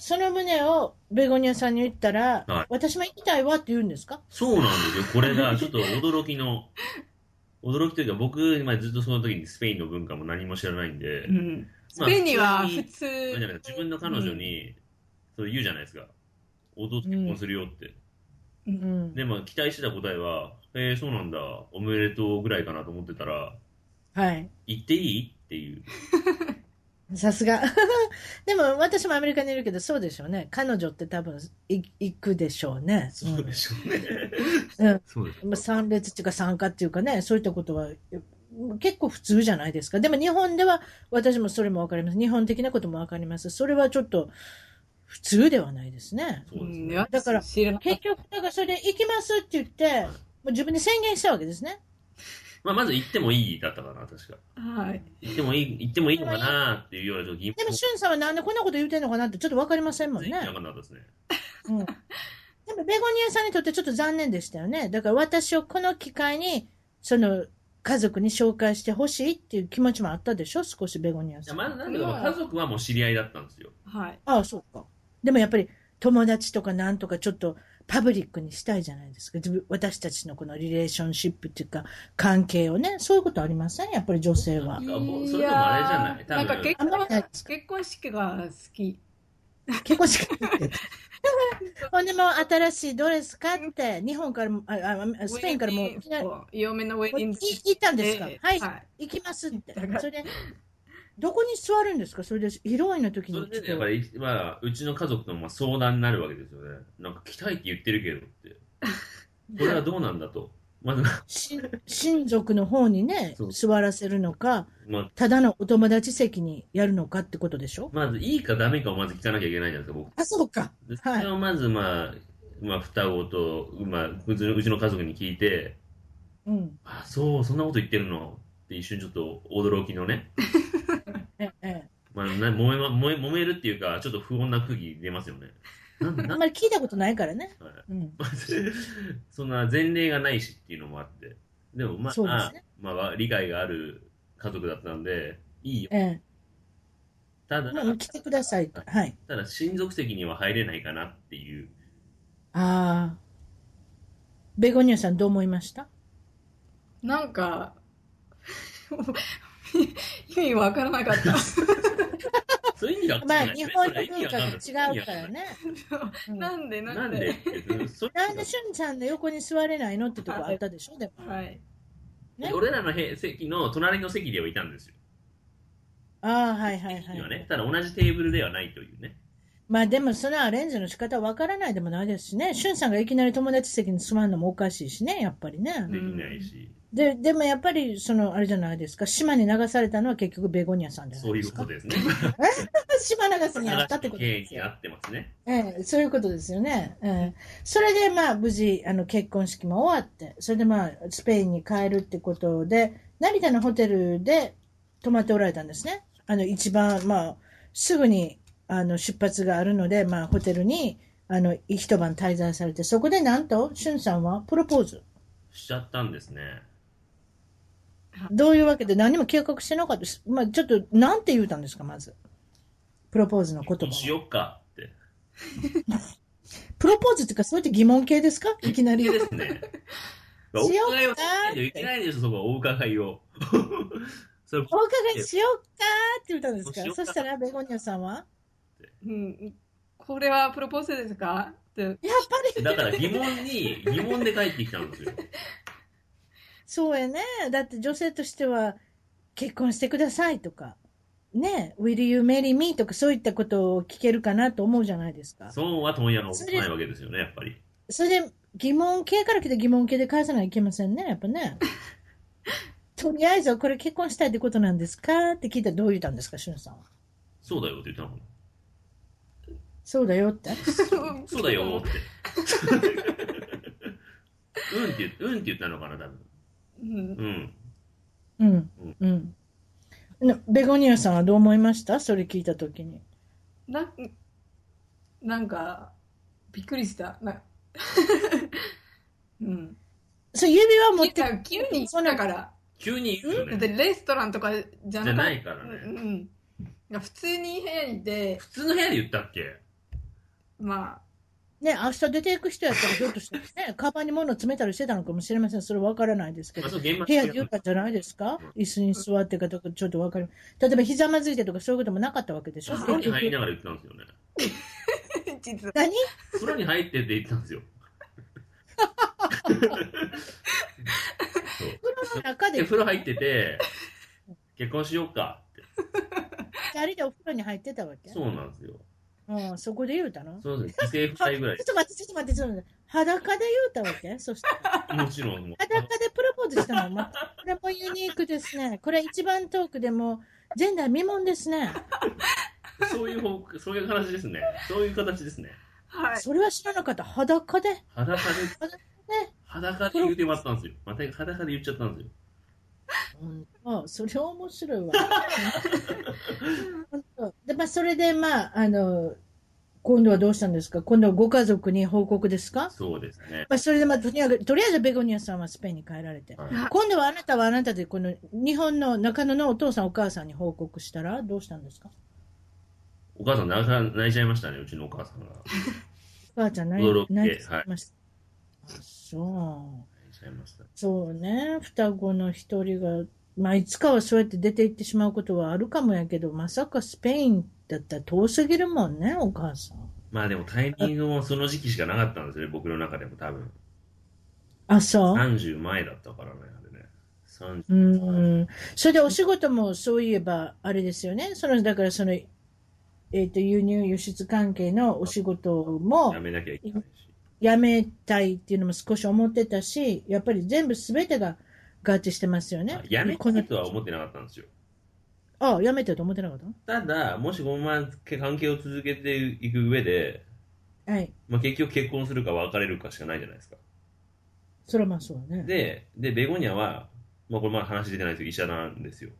Speaker 1: その旨をベゴニアさんに言ったら、
Speaker 2: はい
Speaker 1: 私も行きたいわって言うんですか
Speaker 2: そうなんですよ。これが、ちょっと驚きの、 驚きというか、僕、まあずっとその時にスペインの文化も何も知らないんで、
Speaker 3: う
Speaker 2: ま
Speaker 3: ん。ス
Speaker 2: まあ
Speaker 3: ペインには
Speaker 2: 普通
Speaker 3: 普
Speaker 2: にあじゃないです
Speaker 3: 通、
Speaker 2: か自分の彼女に、そう言うじゃないですか。弟と結婚するよって。
Speaker 3: う
Speaker 1: うんん
Speaker 2: で、まあ、期待してた答えは、えー、そうなんだ、おめでとうぐらいかなと思ってたら、
Speaker 1: はい
Speaker 2: 行っていいっていう。
Speaker 1: さすが。 でも私もアメリカにいるけどそうでしょうね。彼女って多分い行くでしょうね。
Speaker 2: そうでしょうね。
Speaker 1: うん
Speaker 2: そうです
Speaker 1: まあ、参列っていうか参加っていうかね、そういったことは結構普通じゃないですか。でも日本では私もそれもわかります。日本的なこともわかります。それはちょっと普通ではないですね。
Speaker 2: そうです
Speaker 3: うん
Speaker 2: ね。
Speaker 1: だから
Speaker 3: 知らなかっ
Speaker 1: 結局、だからそれで行きますって言って、もう自分で宣言したわけですね。
Speaker 2: まあ、まず行ってもいいだったかな、確か。
Speaker 3: た。はい。
Speaker 2: 行ってもいい、行ってもいいのかなっていうようなちょっと疑
Speaker 1: で
Speaker 2: 問
Speaker 1: も、しゅんさんはなんでこんなこと言うてんのかなってちょっとわかりませんもんね。
Speaker 2: なかったですね。
Speaker 1: うんでもベゴニアさんにとってちょっと残念でしたよね。だから私をこの機会に、その家族に紹介してほしいっていう気持ちもあったでしょ、少しベゴニア
Speaker 2: い
Speaker 1: さ
Speaker 2: や
Speaker 1: ん。
Speaker 2: まあ、なんでか、家族はもう知り合いだったんですよ。
Speaker 3: はい。
Speaker 1: ああ、そうか。でもやっぱり友達とかなんとかちょっとパブリックにしたいじゃないですか。自分私たちのこのリレーションシップっていうか関係をね、そういうことありませんやっぱり女性は
Speaker 2: なん。かもうそれともあれじゃない多分
Speaker 3: やーなんか結
Speaker 1: あんまりない
Speaker 3: 婚、結婚式が好き。
Speaker 1: 結婚式ほんでもう新しいドレス買って、日本からも、ああスペインからもういきなり
Speaker 3: こう嫁のウェディング
Speaker 1: い行ったんですか、はい、
Speaker 3: はい。
Speaker 1: 行きますって
Speaker 3: だか。ら
Speaker 1: それで、どこに座るんですかそれで、披露宴の時
Speaker 2: そ
Speaker 1: に
Speaker 2: れで、
Speaker 1: ち
Speaker 2: ね、や
Speaker 1: ょ
Speaker 2: っ
Speaker 1: っ
Speaker 2: ぱ
Speaker 1: と。
Speaker 2: り、まあ、うちの家族ともまあ相談になるわけですよね。なんか、来たいって言ってるけどって。これはどうなんだと。 まず、
Speaker 1: し親族の方にね
Speaker 2: そ、う
Speaker 1: 座らせるのか、
Speaker 2: まあ、
Speaker 1: ただのお友達席にやるのかってことでしょ
Speaker 2: まず、いいかダメかをまず聞かなきゃいけないじゃないですか、僕。
Speaker 1: あ、そうか。
Speaker 2: でそ
Speaker 1: はい
Speaker 2: れをまず、まあ、まあ、双子と、まあ、うちのうちの家族に聞いて、
Speaker 1: うん。
Speaker 2: あ、そう、そんなこと言ってるのって一瞬ちょっと驚きのね。
Speaker 1: ええ。
Speaker 2: まあ、な揉めま揉め揉めるっていうか、ちょっと不穏な空気出ますよね。 なん
Speaker 1: あ
Speaker 2: な
Speaker 1: ん
Speaker 2: ん
Speaker 1: まり聞いたことないからね。
Speaker 2: はい
Speaker 1: うん。
Speaker 2: まあそんな前例がないしっていうのもあって。でもま
Speaker 1: そうで
Speaker 2: あ、
Speaker 1: すね
Speaker 2: まあわ理解がある家族だったんで、いいよ。
Speaker 1: ええ。
Speaker 2: ただ、
Speaker 1: まあ、来てくださいと。はい。
Speaker 2: ただ親族席には入れないかなっていう。
Speaker 1: ああ。ベゴニアさんどう思いました
Speaker 3: なんか、 意味わからな かった。
Speaker 2: そういう意味がわかん
Speaker 1: ま
Speaker 2: な
Speaker 1: あ、
Speaker 2: いです
Speaker 1: 日本
Speaker 2: ねそ
Speaker 1: の
Speaker 2: れは意味
Speaker 1: 文
Speaker 2: わ
Speaker 1: 化
Speaker 2: かん
Speaker 1: が
Speaker 2: ない
Speaker 1: 違うから。ね。うん
Speaker 3: なんで、
Speaker 2: 意味わ
Speaker 3: な
Speaker 2: か
Speaker 3: ん
Speaker 2: んないなん
Speaker 3: で
Speaker 2: でってそれ
Speaker 1: なんでしゅんちゃんの横に座れないのってとこあったでしょでも。
Speaker 3: はい。
Speaker 1: ね
Speaker 2: 俺らのへ席の隣の席ではいたんですよ。
Speaker 1: ああ、はいはいは。
Speaker 2: にはいね、ただ同じテーブルではないというね。
Speaker 1: まあでもそのアレンジの仕方わからないでもないですしね、しゅんさんがいきなり友達席に座るのもおかしいしね、やっぱりね。
Speaker 2: できないし、
Speaker 1: で、でもやっぱり、その、あれじゃないですか、島に流されたのは結局ベゴニアさんじゃな
Speaker 2: そ
Speaker 1: いう
Speaker 2: い
Speaker 1: で
Speaker 2: う
Speaker 1: す
Speaker 2: こと
Speaker 1: か。
Speaker 2: ですね。
Speaker 1: 島流すにあったって
Speaker 2: 正し
Speaker 1: こと
Speaker 2: い経
Speaker 1: で
Speaker 2: 緯
Speaker 1: す
Speaker 2: に
Speaker 1: よ
Speaker 2: 合ってますね。
Speaker 1: ええ、そういうことですよね。ええ、それでまあ無事あの結婚式も終わって、それでまあスペインに帰るってことで、成田のホテルで泊まっておられたんですね。あの一番まあすぐにあの出発があるので、まあホテルにあの一晩滞在されて、そこでなんとしゅんさんはプロポーズ。
Speaker 2: しちゃったんですね。
Speaker 1: どういうわけで何も計画してなかったし、まあ、ちょっと、なんて言うたんですか、まず。プロポーズの言葉
Speaker 2: どうし
Speaker 1: は。
Speaker 2: よっかって。
Speaker 1: プロポーズっていうか、そうやって疑問系ですかいきなり
Speaker 2: いい。ですね。お
Speaker 1: しよっか
Speaker 2: 伺いをしないといけないでしょ、そこはお伺いを。それ
Speaker 1: お伺いしようかって言ったんです
Speaker 2: しよ
Speaker 1: か
Speaker 2: うか
Speaker 1: そしたら、ベゴニアさんは
Speaker 3: うん、これはプロポーズですかって、
Speaker 1: やっぱり
Speaker 2: だから疑問 に、疑問で返ってきたんですよ。
Speaker 1: そうやね。だって女性としては、結婚してくださいとか、ね、Will you marry me? とかそういったことを聞けるかなと思うじゃないですか。
Speaker 2: そうは問屋が起こないわけですよね、やっぱり。
Speaker 1: それで疑問系から来て疑問系で返さないといけませんね、やっぱ ね。とりあえずはこれ結婚したいってことなんですかって聞いたらどう言ったんですか、しゅんさんは。
Speaker 2: そうだよって言ったのかな
Speaker 1: そうだよって。
Speaker 2: そうだよって。 うんって言っ、うんって言ったのかな、多分。
Speaker 3: うん、
Speaker 2: うん。
Speaker 1: うん。うん。なベゴニアさんはどう思いましたそれ聞いたときに。
Speaker 3: ななんかびっくりしたな うん
Speaker 1: それ指輪持って
Speaker 3: いや急に来たから
Speaker 2: 急に言うよ
Speaker 3: だって
Speaker 2: ね。
Speaker 3: レストランとかじゃ
Speaker 2: じゃ
Speaker 3: な
Speaker 2: な
Speaker 3: かっ
Speaker 2: いから
Speaker 3: たう
Speaker 2: ね。
Speaker 3: んうん、普通に部屋にいて
Speaker 2: 普通の部屋で言ったっけ
Speaker 3: ま
Speaker 1: ね、明日出ていく人やったら、ひょっとして、ね、カバンに物を詰めたりしてたのかもしれません。それわからないですけ
Speaker 2: ま
Speaker 1: ど
Speaker 2: あ、。そう、現場
Speaker 1: 部屋で言ったんじゃないですか椅子に座ってかとか、ちょっとわかる。例えば、ひざまずいてとか、そういうこともなかったわけでしょ
Speaker 2: 風呂に入りながら言ったんですよね。
Speaker 3: あ実は
Speaker 1: 何
Speaker 2: 風呂に入ってって言ったんですよ。そう
Speaker 1: 風呂の中で
Speaker 2: で、風呂入ってて、結婚しようかって。
Speaker 1: 二人でお風呂に入ってたわけ
Speaker 2: そうなんですよ。
Speaker 1: うん、そこで言うたの
Speaker 2: そうですね。犠牲夫妻ぐら
Speaker 1: ちょっと待って、ちょっと待って、ちょっと待って。裸で言うたわけそして。
Speaker 2: い。もちろん。もう
Speaker 1: 裸でプロポーズしたの、また、これもユニークですね。これ一番トークでも、ジェンダー未問ですね。
Speaker 2: そういう方向、そういう形ですね。そういう形ですね。
Speaker 3: はい
Speaker 1: それは知らなかった。裸で。
Speaker 2: 裸で
Speaker 1: 裸ね、
Speaker 2: 裸で言うてまったんですよ。また裸で言っちゃったんですよ。
Speaker 1: あ、それは面白いわ。本当で、まあ、それで、まあ、あの、今度はどうしたんですか今度はご家族に報告ですか
Speaker 2: そうですね。
Speaker 1: まあ、それで、まあ、とにかく、とりあえずベゴニアさんはスペインに帰られて。
Speaker 2: はい
Speaker 1: 今度はあなたはあなたで、この日本の中野のお父さんお母さんに報告したらどうしたんですか
Speaker 2: お母さん泣か泣いちゃいましたね、うちのお母さんが。泣い
Speaker 1: お母ちゃん泣
Speaker 2: 驚
Speaker 1: い
Speaker 2: いて
Speaker 1: 泣いてました。あそう。
Speaker 2: ちゃいました。
Speaker 1: そうね、双子の一人が、まあ、いつかはそうやって出て行ってしまうことはあるかもやけど、まさかスペインだったら遠すぎるもんね、お母さん。
Speaker 2: まあでもタイミングもその時期しかなかったんですよね、僕の中でも多分。
Speaker 1: あ、そう。
Speaker 2: 30前だったからね、あれね。30
Speaker 1: うん。それでお仕事もそういえば、あれですよね。その、だからその、えっ、と、輸入輸出関係のお仕事も
Speaker 2: やめなきゃいけないし。
Speaker 1: やめたいっていうのも少し思ってたし、やっぱり全部全てが合致してますよね
Speaker 2: あ。やめ
Speaker 1: この
Speaker 2: たいとは思ってなかったんですよ。
Speaker 1: あ、やめてと思ってなかった
Speaker 2: ただ、もしこのまま関係を続けていく上で、
Speaker 1: はい。
Speaker 2: まあ、結局結婚するか別れるかしかないじゃないですか。
Speaker 1: それはまあそうね。
Speaker 2: で、でベゴニアは、まあ、これまだ話出てないですけど、医者なんですよ。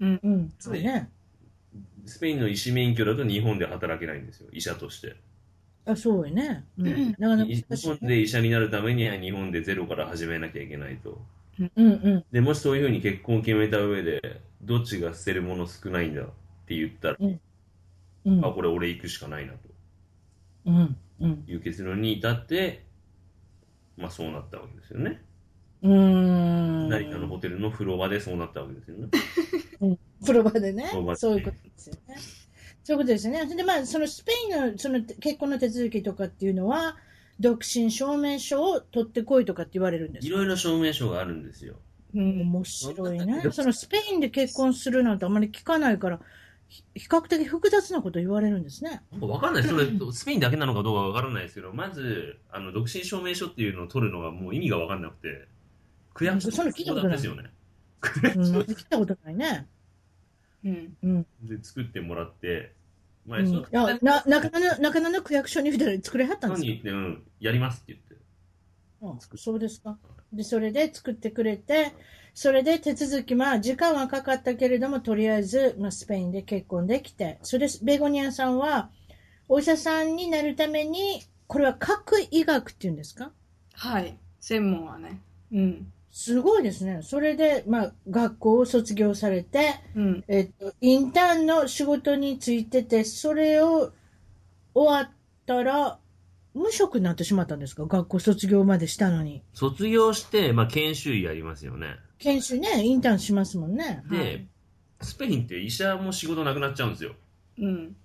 Speaker 1: うん、そうね。
Speaker 2: スペインの医師免許だと日本で働けないんですよ、医者として。
Speaker 1: あ、そうよね。う
Speaker 3: うん
Speaker 1: ん、なかなか
Speaker 2: い
Speaker 1: 難し
Speaker 2: 日
Speaker 1: い
Speaker 2: 本
Speaker 1: ね
Speaker 2: で医者になるためには日本でゼロから始めなきゃいけないと。
Speaker 1: うんうん
Speaker 2: で、もしそういうふうに結婚を決めた上で、どっちが捨てるもの少ないんだって言ったら、
Speaker 1: うん
Speaker 2: あ、これ俺行くしかないな
Speaker 1: うんうん
Speaker 2: という結論に至って、まあそうなったわけですよね。
Speaker 1: うーん
Speaker 2: 成田のホテルの風呂場でそうなったわけですよね。
Speaker 1: 風呂場でね
Speaker 2: 風呂場で
Speaker 1: そういうことですよねそういうことですよねそれでまあそのスペインのその結婚の手続きとかっていうのは独身証明書を取ってこいとかって言われるんです
Speaker 2: い
Speaker 1: か
Speaker 2: ろいろ証明書があるんですよ。
Speaker 3: うん
Speaker 1: 面白いねそのスペインで結婚するなんてあまり聞かないからひ比較的複雑なこと言われるんです ね
Speaker 2: わかんない、それ、スペインだけなのかどうかわからないですけど、まず、あの、独身証明書っていうのを取るのがもう意味がわかんなくて、区役所
Speaker 1: そんなの聞いたことない
Speaker 2: ですよね。
Speaker 1: うん聞いたことないね
Speaker 3: うん
Speaker 1: うん
Speaker 2: で、作ってもらって、まあ、
Speaker 1: うん
Speaker 2: そ
Speaker 1: いやな中野中野の区役所にみたいに作れはったんです
Speaker 2: 何
Speaker 1: か
Speaker 2: 言って、うん、やりますって言って。
Speaker 1: うんそうですか。で、それで作ってくれて、それで手続き、まあ、時間はかかったけれども、とりあえず、まあ、スペインで結婚できて、それで、ベゴニアさんは、お医者さんになるために、これは核医学っていうんですか
Speaker 3: はい専門はねうん
Speaker 1: すごいですね。それで、まあ、学校を卒業されて、
Speaker 3: うん。
Speaker 1: えっと、インターンの仕事についてて、それを終わったら、無職になってしまったんですか学校卒業までしたのに。
Speaker 2: 卒業して、まあ、研修医やりますよね。
Speaker 1: 研修ね、インターンしますもんね。
Speaker 2: で、
Speaker 3: はい
Speaker 2: スペインって医者も仕事なくなっちゃうんですよ。
Speaker 3: うん。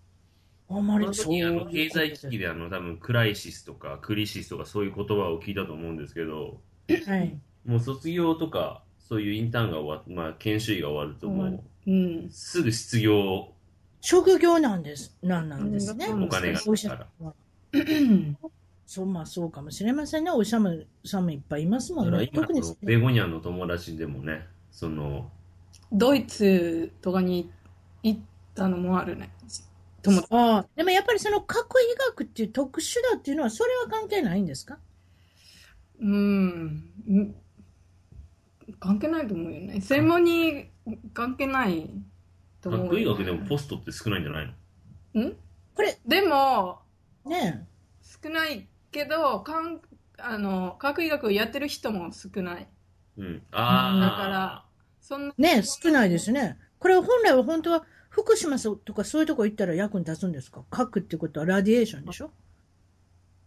Speaker 1: あんま
Speaker 2: そ
Speaker 1: り
Speaker 2: の時あの経済危機であの多分クライシスとかクリシスとかそういう言葉を聞いたと思うんですけど、
Speaker 1: はい。
Speaker 2: もう卒業とかそういうインターンが終わって、まあ、研修医が終わるとも
Speaker 3: 終わ
Speaker 2: う
Speaker 3: うん。
Speaker 2: すぐ失業
Speaker 1: 職業なんです。なんなんですね。
Speaker 3: うん
Speaker 2: お金が
Speaker 1: お医者
Speaker 2: かか
Speaker 1: そう、まあそうかもしれませんね。お医者さんもいっぱいいます
Speaker 2: ら。
Speaker 1: もん
Speaker 2: だから
Speaker 1: ね。
Speaker 2: 今
Speaker 1: 特に
Speaker 2: のベゴニャの友達でもね、その、
Speaker 3: ドイツとかに行ったのもあるね。友達
Speaker 1: ああ、でもやっぱりその核医学っていう特殊だっていうのは、それは関係ないんですか
Speaker 3: うん。うん関係ないと思うよね。専門に関係ないと思う、
Speaker 2: 学医学でもポストって少ないんじゃないの
Speaker 3: でも、
Speaker 1: ね
Speaker 3: 少ないけど、かんあの、科学医学をやってる人も少ない。
Speaker 2: うん。あ
Speaker 3: だ
Speaker 2: あ。
Speaker 3: から、そんな
Speaker 1: え。ねえ、少ないですね。これは本来は本当は、福島とかそういうとこ行ったら役に立つんですか核ってことはラディエーションでしょ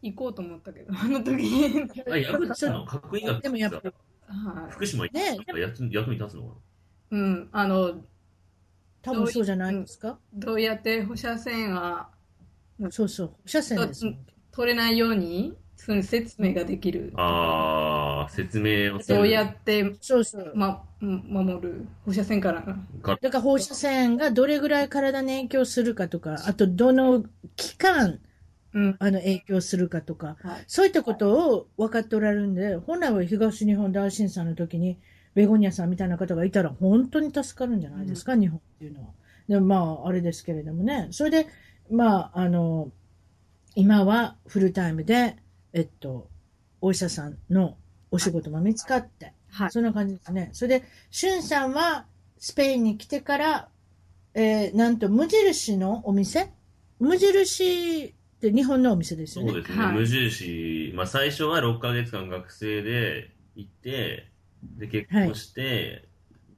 Speaker 3: 行こうと思ったけど、 あの時に。
Speaker 2: あ、役に立つの核医学って
Speaker 1: でもやっぱ
Speaker 2: さ
Speaker 1: り、
Speaker 3: はい。
Speaker 2: 福島行ったらやつ役に立つのか
Speaker 3: うん、あの、
Speaker 1: 多分そうじゃないですか
Speaker 3: どうやって放射線が
Speaker 1: そうそう、放射線ですもん。
Speaker 3: 取れないように、その説明ができる。
Speaker 2: なああ、説明をする。
Speaker 3: どうやって、
Speaker 1: そうそう。
Speaker 3: ま、守る。放射線から。
Speaker 2: か
Speaker 1: だから放射線がどれぐらい体に影響するかとか、あとどの期間、
Speaker 3: うん。
Speaker 1: あの影響するかとか、
Speaker 3: はい。
Speaker 1: そういったことを分かっておられるんで、本来は東日本大震災の時に、ベゴニアさんみたいな方がいたら本当に助かるんじゃないですか、日本っていうのは。でまあ、あれですけれどもね。それで、まあ、あの、今はフルタイムで、えっと、お医者さんのお仕事も見つかって、
Speaker 3: はい。
Speaker 1: そんな感じですね。それで、しゅんさんはスペインに来てから、えーなんと無印のお店無印って日本のお店です
Speaker 2: そ
Speaker 1: よね。
Speaker 2: うですね、
Speaker 3: はい
Speaker 2: 無印、まあ、最初は6ヶ月間学生で行って、で結婚して、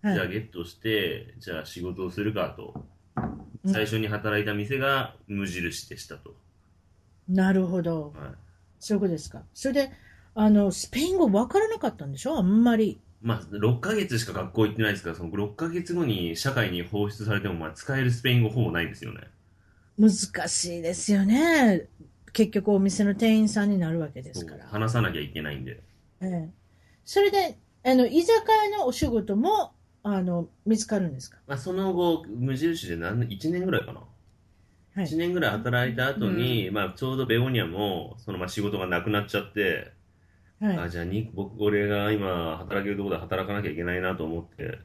Speaker 1: はい
Speaker 2: じゃあゲットして、じゃあ仕事をするかと、
Speaker 1: うん
Speaker 2: 最初に働いた店が無印でしたと、
Speaker 1: なるほど。
Speaker 2: はい
Speaker 1: そういうことですか。それで、あの、スペイン語分からなかったんでしょあんまり。
Speaker 2: まあ、6ヶ月しか学校行ってないですから、その6ヶ月後に社会に放出されても、まあ、使えるスペイン語ほぼないんですよね。
Speaker 1: 難しいですよね。結局お店の店員さんになるわけですから。
Speaker 2: 話さなきゃいけないんで。
Speaker 1: ええ、それで、あの、居酒屋のお仕事も、あの、見つかるんですか
Speaker 2: まあ、その後、無印で何年、1年ぐらいかな。
Speaker 1: はい
Speaker 2: 1年ぐらい働いた後に、まあ、ちょうどベゴニアも、そのまあ仕事がなくなっちゃって、
Speaker 1: は
Speaker 2: あ
Speaker 1: い。
Speaker 2: じゃあに僕、俺が今働けるところで働かなきゃいけないなと思って、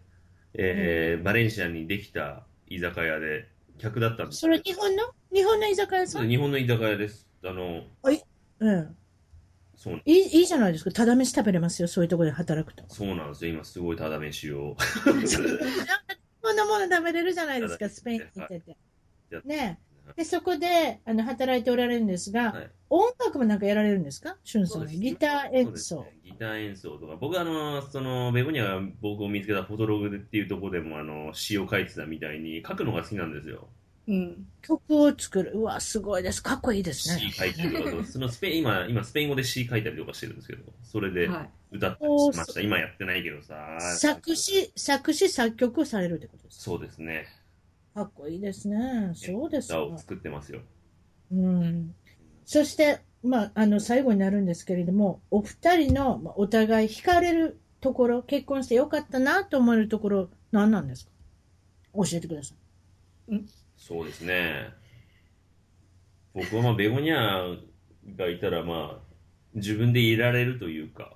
Speaker 2: えーバレンシアにできた居酒屋で客だったんです
Speaker 1: それ日本の日本の居酒屋さん
Speaker 2: 日本の居酒屋です。あの、
Speaker 1: うん。
Speaker 2: そう、
Speaker 1: いい、いいじゃないですか。ただ飯食べれますよ。そういうところで働くと。
Speaker 2: そうなんですよ。今すごいただ飯を。
Speaker 1: こんなもの食べれるじゃない ですか、スペインに行ってて
Speaker 2: はい。
Speaker 1: ねえで、そこで、あの、働いておられるんですが、
Speaker 2: はい
Speaker 1: 音楽もなんかやられるんですかしゅんさ。
Speaker 2: そうんです
Speaker 1: ギター
Speaker 2: そう
Speaker 1: 演
Speaker 2: です
Speaker 1: 奏
Speaker 2: ね。ギター演奏とか、僕はあの、その、ベゴニアが僕を見つけたフォトログっていうところでも、あの、詩を書いてたみたいに、書くのが好きなんですよ。
Speaker 3: うん。
Speaker 1: 曲を作る。うわ、すごいです。かっこいいですね。
Speaker 2: 詩書いてるとか、そのスペイン、今、今スペイン語で詩書いたりとかしてるんですけど、それで
Speaker 3: はい。
Speaker 2: 歌ったりしました。今やってないけどさ。
Speaker 1: 作詞、作詞、作曲をされるってことですか
Speaker 2: そうですね。
Speaker 1: かっこいいですね。そうです
Speaker 2: 歌
Speaker 1: か。
Speaker 2: を作ってますよ。
Speaker 1: うん。そして、まあ、あの、最後になるんですけれども、お二人の、まあ、お互い惹かれるところ、結婚してよかったなと思えるところ、何なんですか教えてください。
Speaker 2: そうですね。僕はまあ、ベゴニアがいたら、まあ、自分でいられるというか、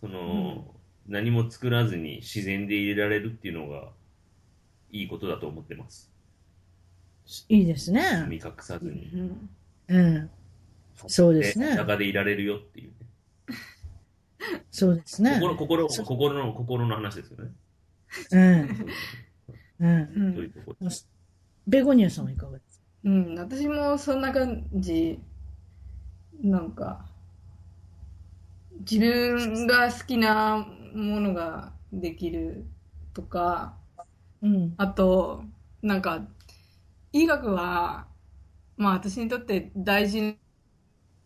Speaker 2: その、何も作らずに自然でいられるっていうのが、いいことだと思ってます。
Speaker 1: いいですね。
Speaker 2: 見隠さずに。
Speaker 3: うん
Speaker 1: うん。そうです
Speaker 2: で
Speaker 1: ね。
Speaker 2: 中でいられるよっていう、
Speaker 1: そうですね。
Speaker 2: ね心、心、
Speaker 1: そう
Speaker 2: 心の、心の話ですよね。
Speaker 1: うん。うん。
Speaker 3: う
Speaker 2: そうんいうところ。
Speaker 1: ベゴニアさんはいかがですか
Speaker 3: うん、私もそんな感じ。なんか、自分が好きなものができるとか、
Speaker 1: うん。
Speaker 3: あと、なんか、医学は、まあ私にとって大事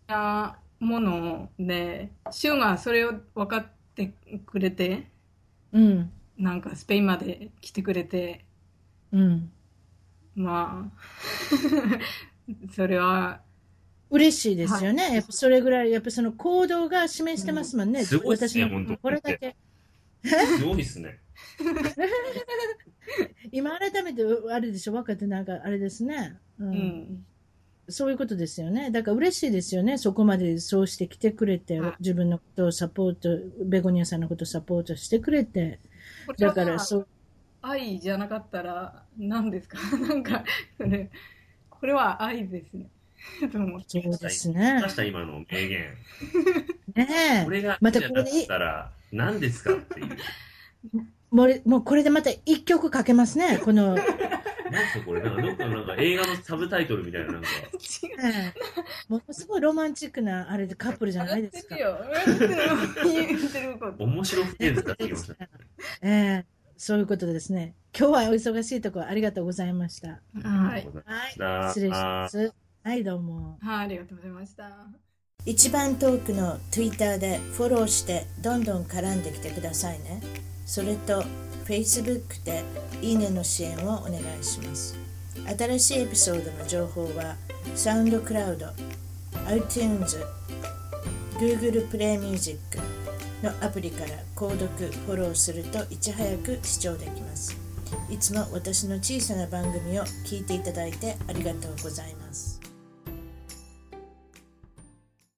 Speaker 3: なもので、シュンがそれを分かってくれて、
Speaker 1: うん。
Speaker 3: なんかスペインまで来てくれて、
Speaker 1: うん。
Speaker 3: まあ、それは、
Speaker 1: 嬉しいですよね。やっぱそれぐらい、やっぱその行動が示してますもんね。
Speaker 2: うんすごいっす
Speaker 1: 私
Speaker 2: ね
Speaker 1: も
Speaker 2: 本当
Speaker 1: これだけ。
Speaker 2: すごいですね。
Speaker 1: 今改めて、あれでしょ、若手なんか、あれですね。う
Speaker 3: うんん、
Speaker 1: そういうことですよね。だから嬉しいですよね。そこまでそうして来てくれて
Speaker 3: はい、
Speaker 1: 自分のことをサポート、ベゴニアさんのことをサポートしてくれて。
Speaker 3: これ
Speaker 1: だ
Speaker 3: は
Speaker 1: から、そう、
Speaker 3: 愛じゃなかったら何ですか なんかそれこれは愛ですねと思って
Speaker 1: そうですね
Speaker 2: 出。した今の名言。
Speaker 1: ね
Speaker 2: こ
Speaker 1: え。
Speaker 2: れが、
Speaker 1: また
Speaker 2: じゃ
Speaker 1: これ
Speaker 2: なかったら、何ですかっていう。
Speaker 1: もうもうこれでまた一曲かけますね。この、ね
Speaker 2: なんすかこれ、なんか、どっかのなんか映画のサブタイトルみたいな、なんか。
Speaker 3: 違う
Speaker 1: えものすごいロマンチックな、あれでカップルじゃないですか
Speaker 3: 上。がってるよ上がってる言ってること
Speaker 2: 面白くて使ってきました。
Speaker 1: ええそういうことですね。今日はお忙しいところありがとうございました。
Speaker 3: はい、
Speaker 1: はい
Speaker 2: だ
Speaker 1: 失礼します。はい、どうも。
Speaker 3: はい、ありがとうございました
Speaker 4: 一番トークの Twitter でフォローしてどんどん絡んできてくださいねそれと Facebook でいいねの支援をお願いします新しいエピソードの情報は SoundCloud、iTunes、Google プレイミュージックのアプリから購読、フォローするといち早く視聴できますいつも私の小さな番組を聞いていただいてありがとうございます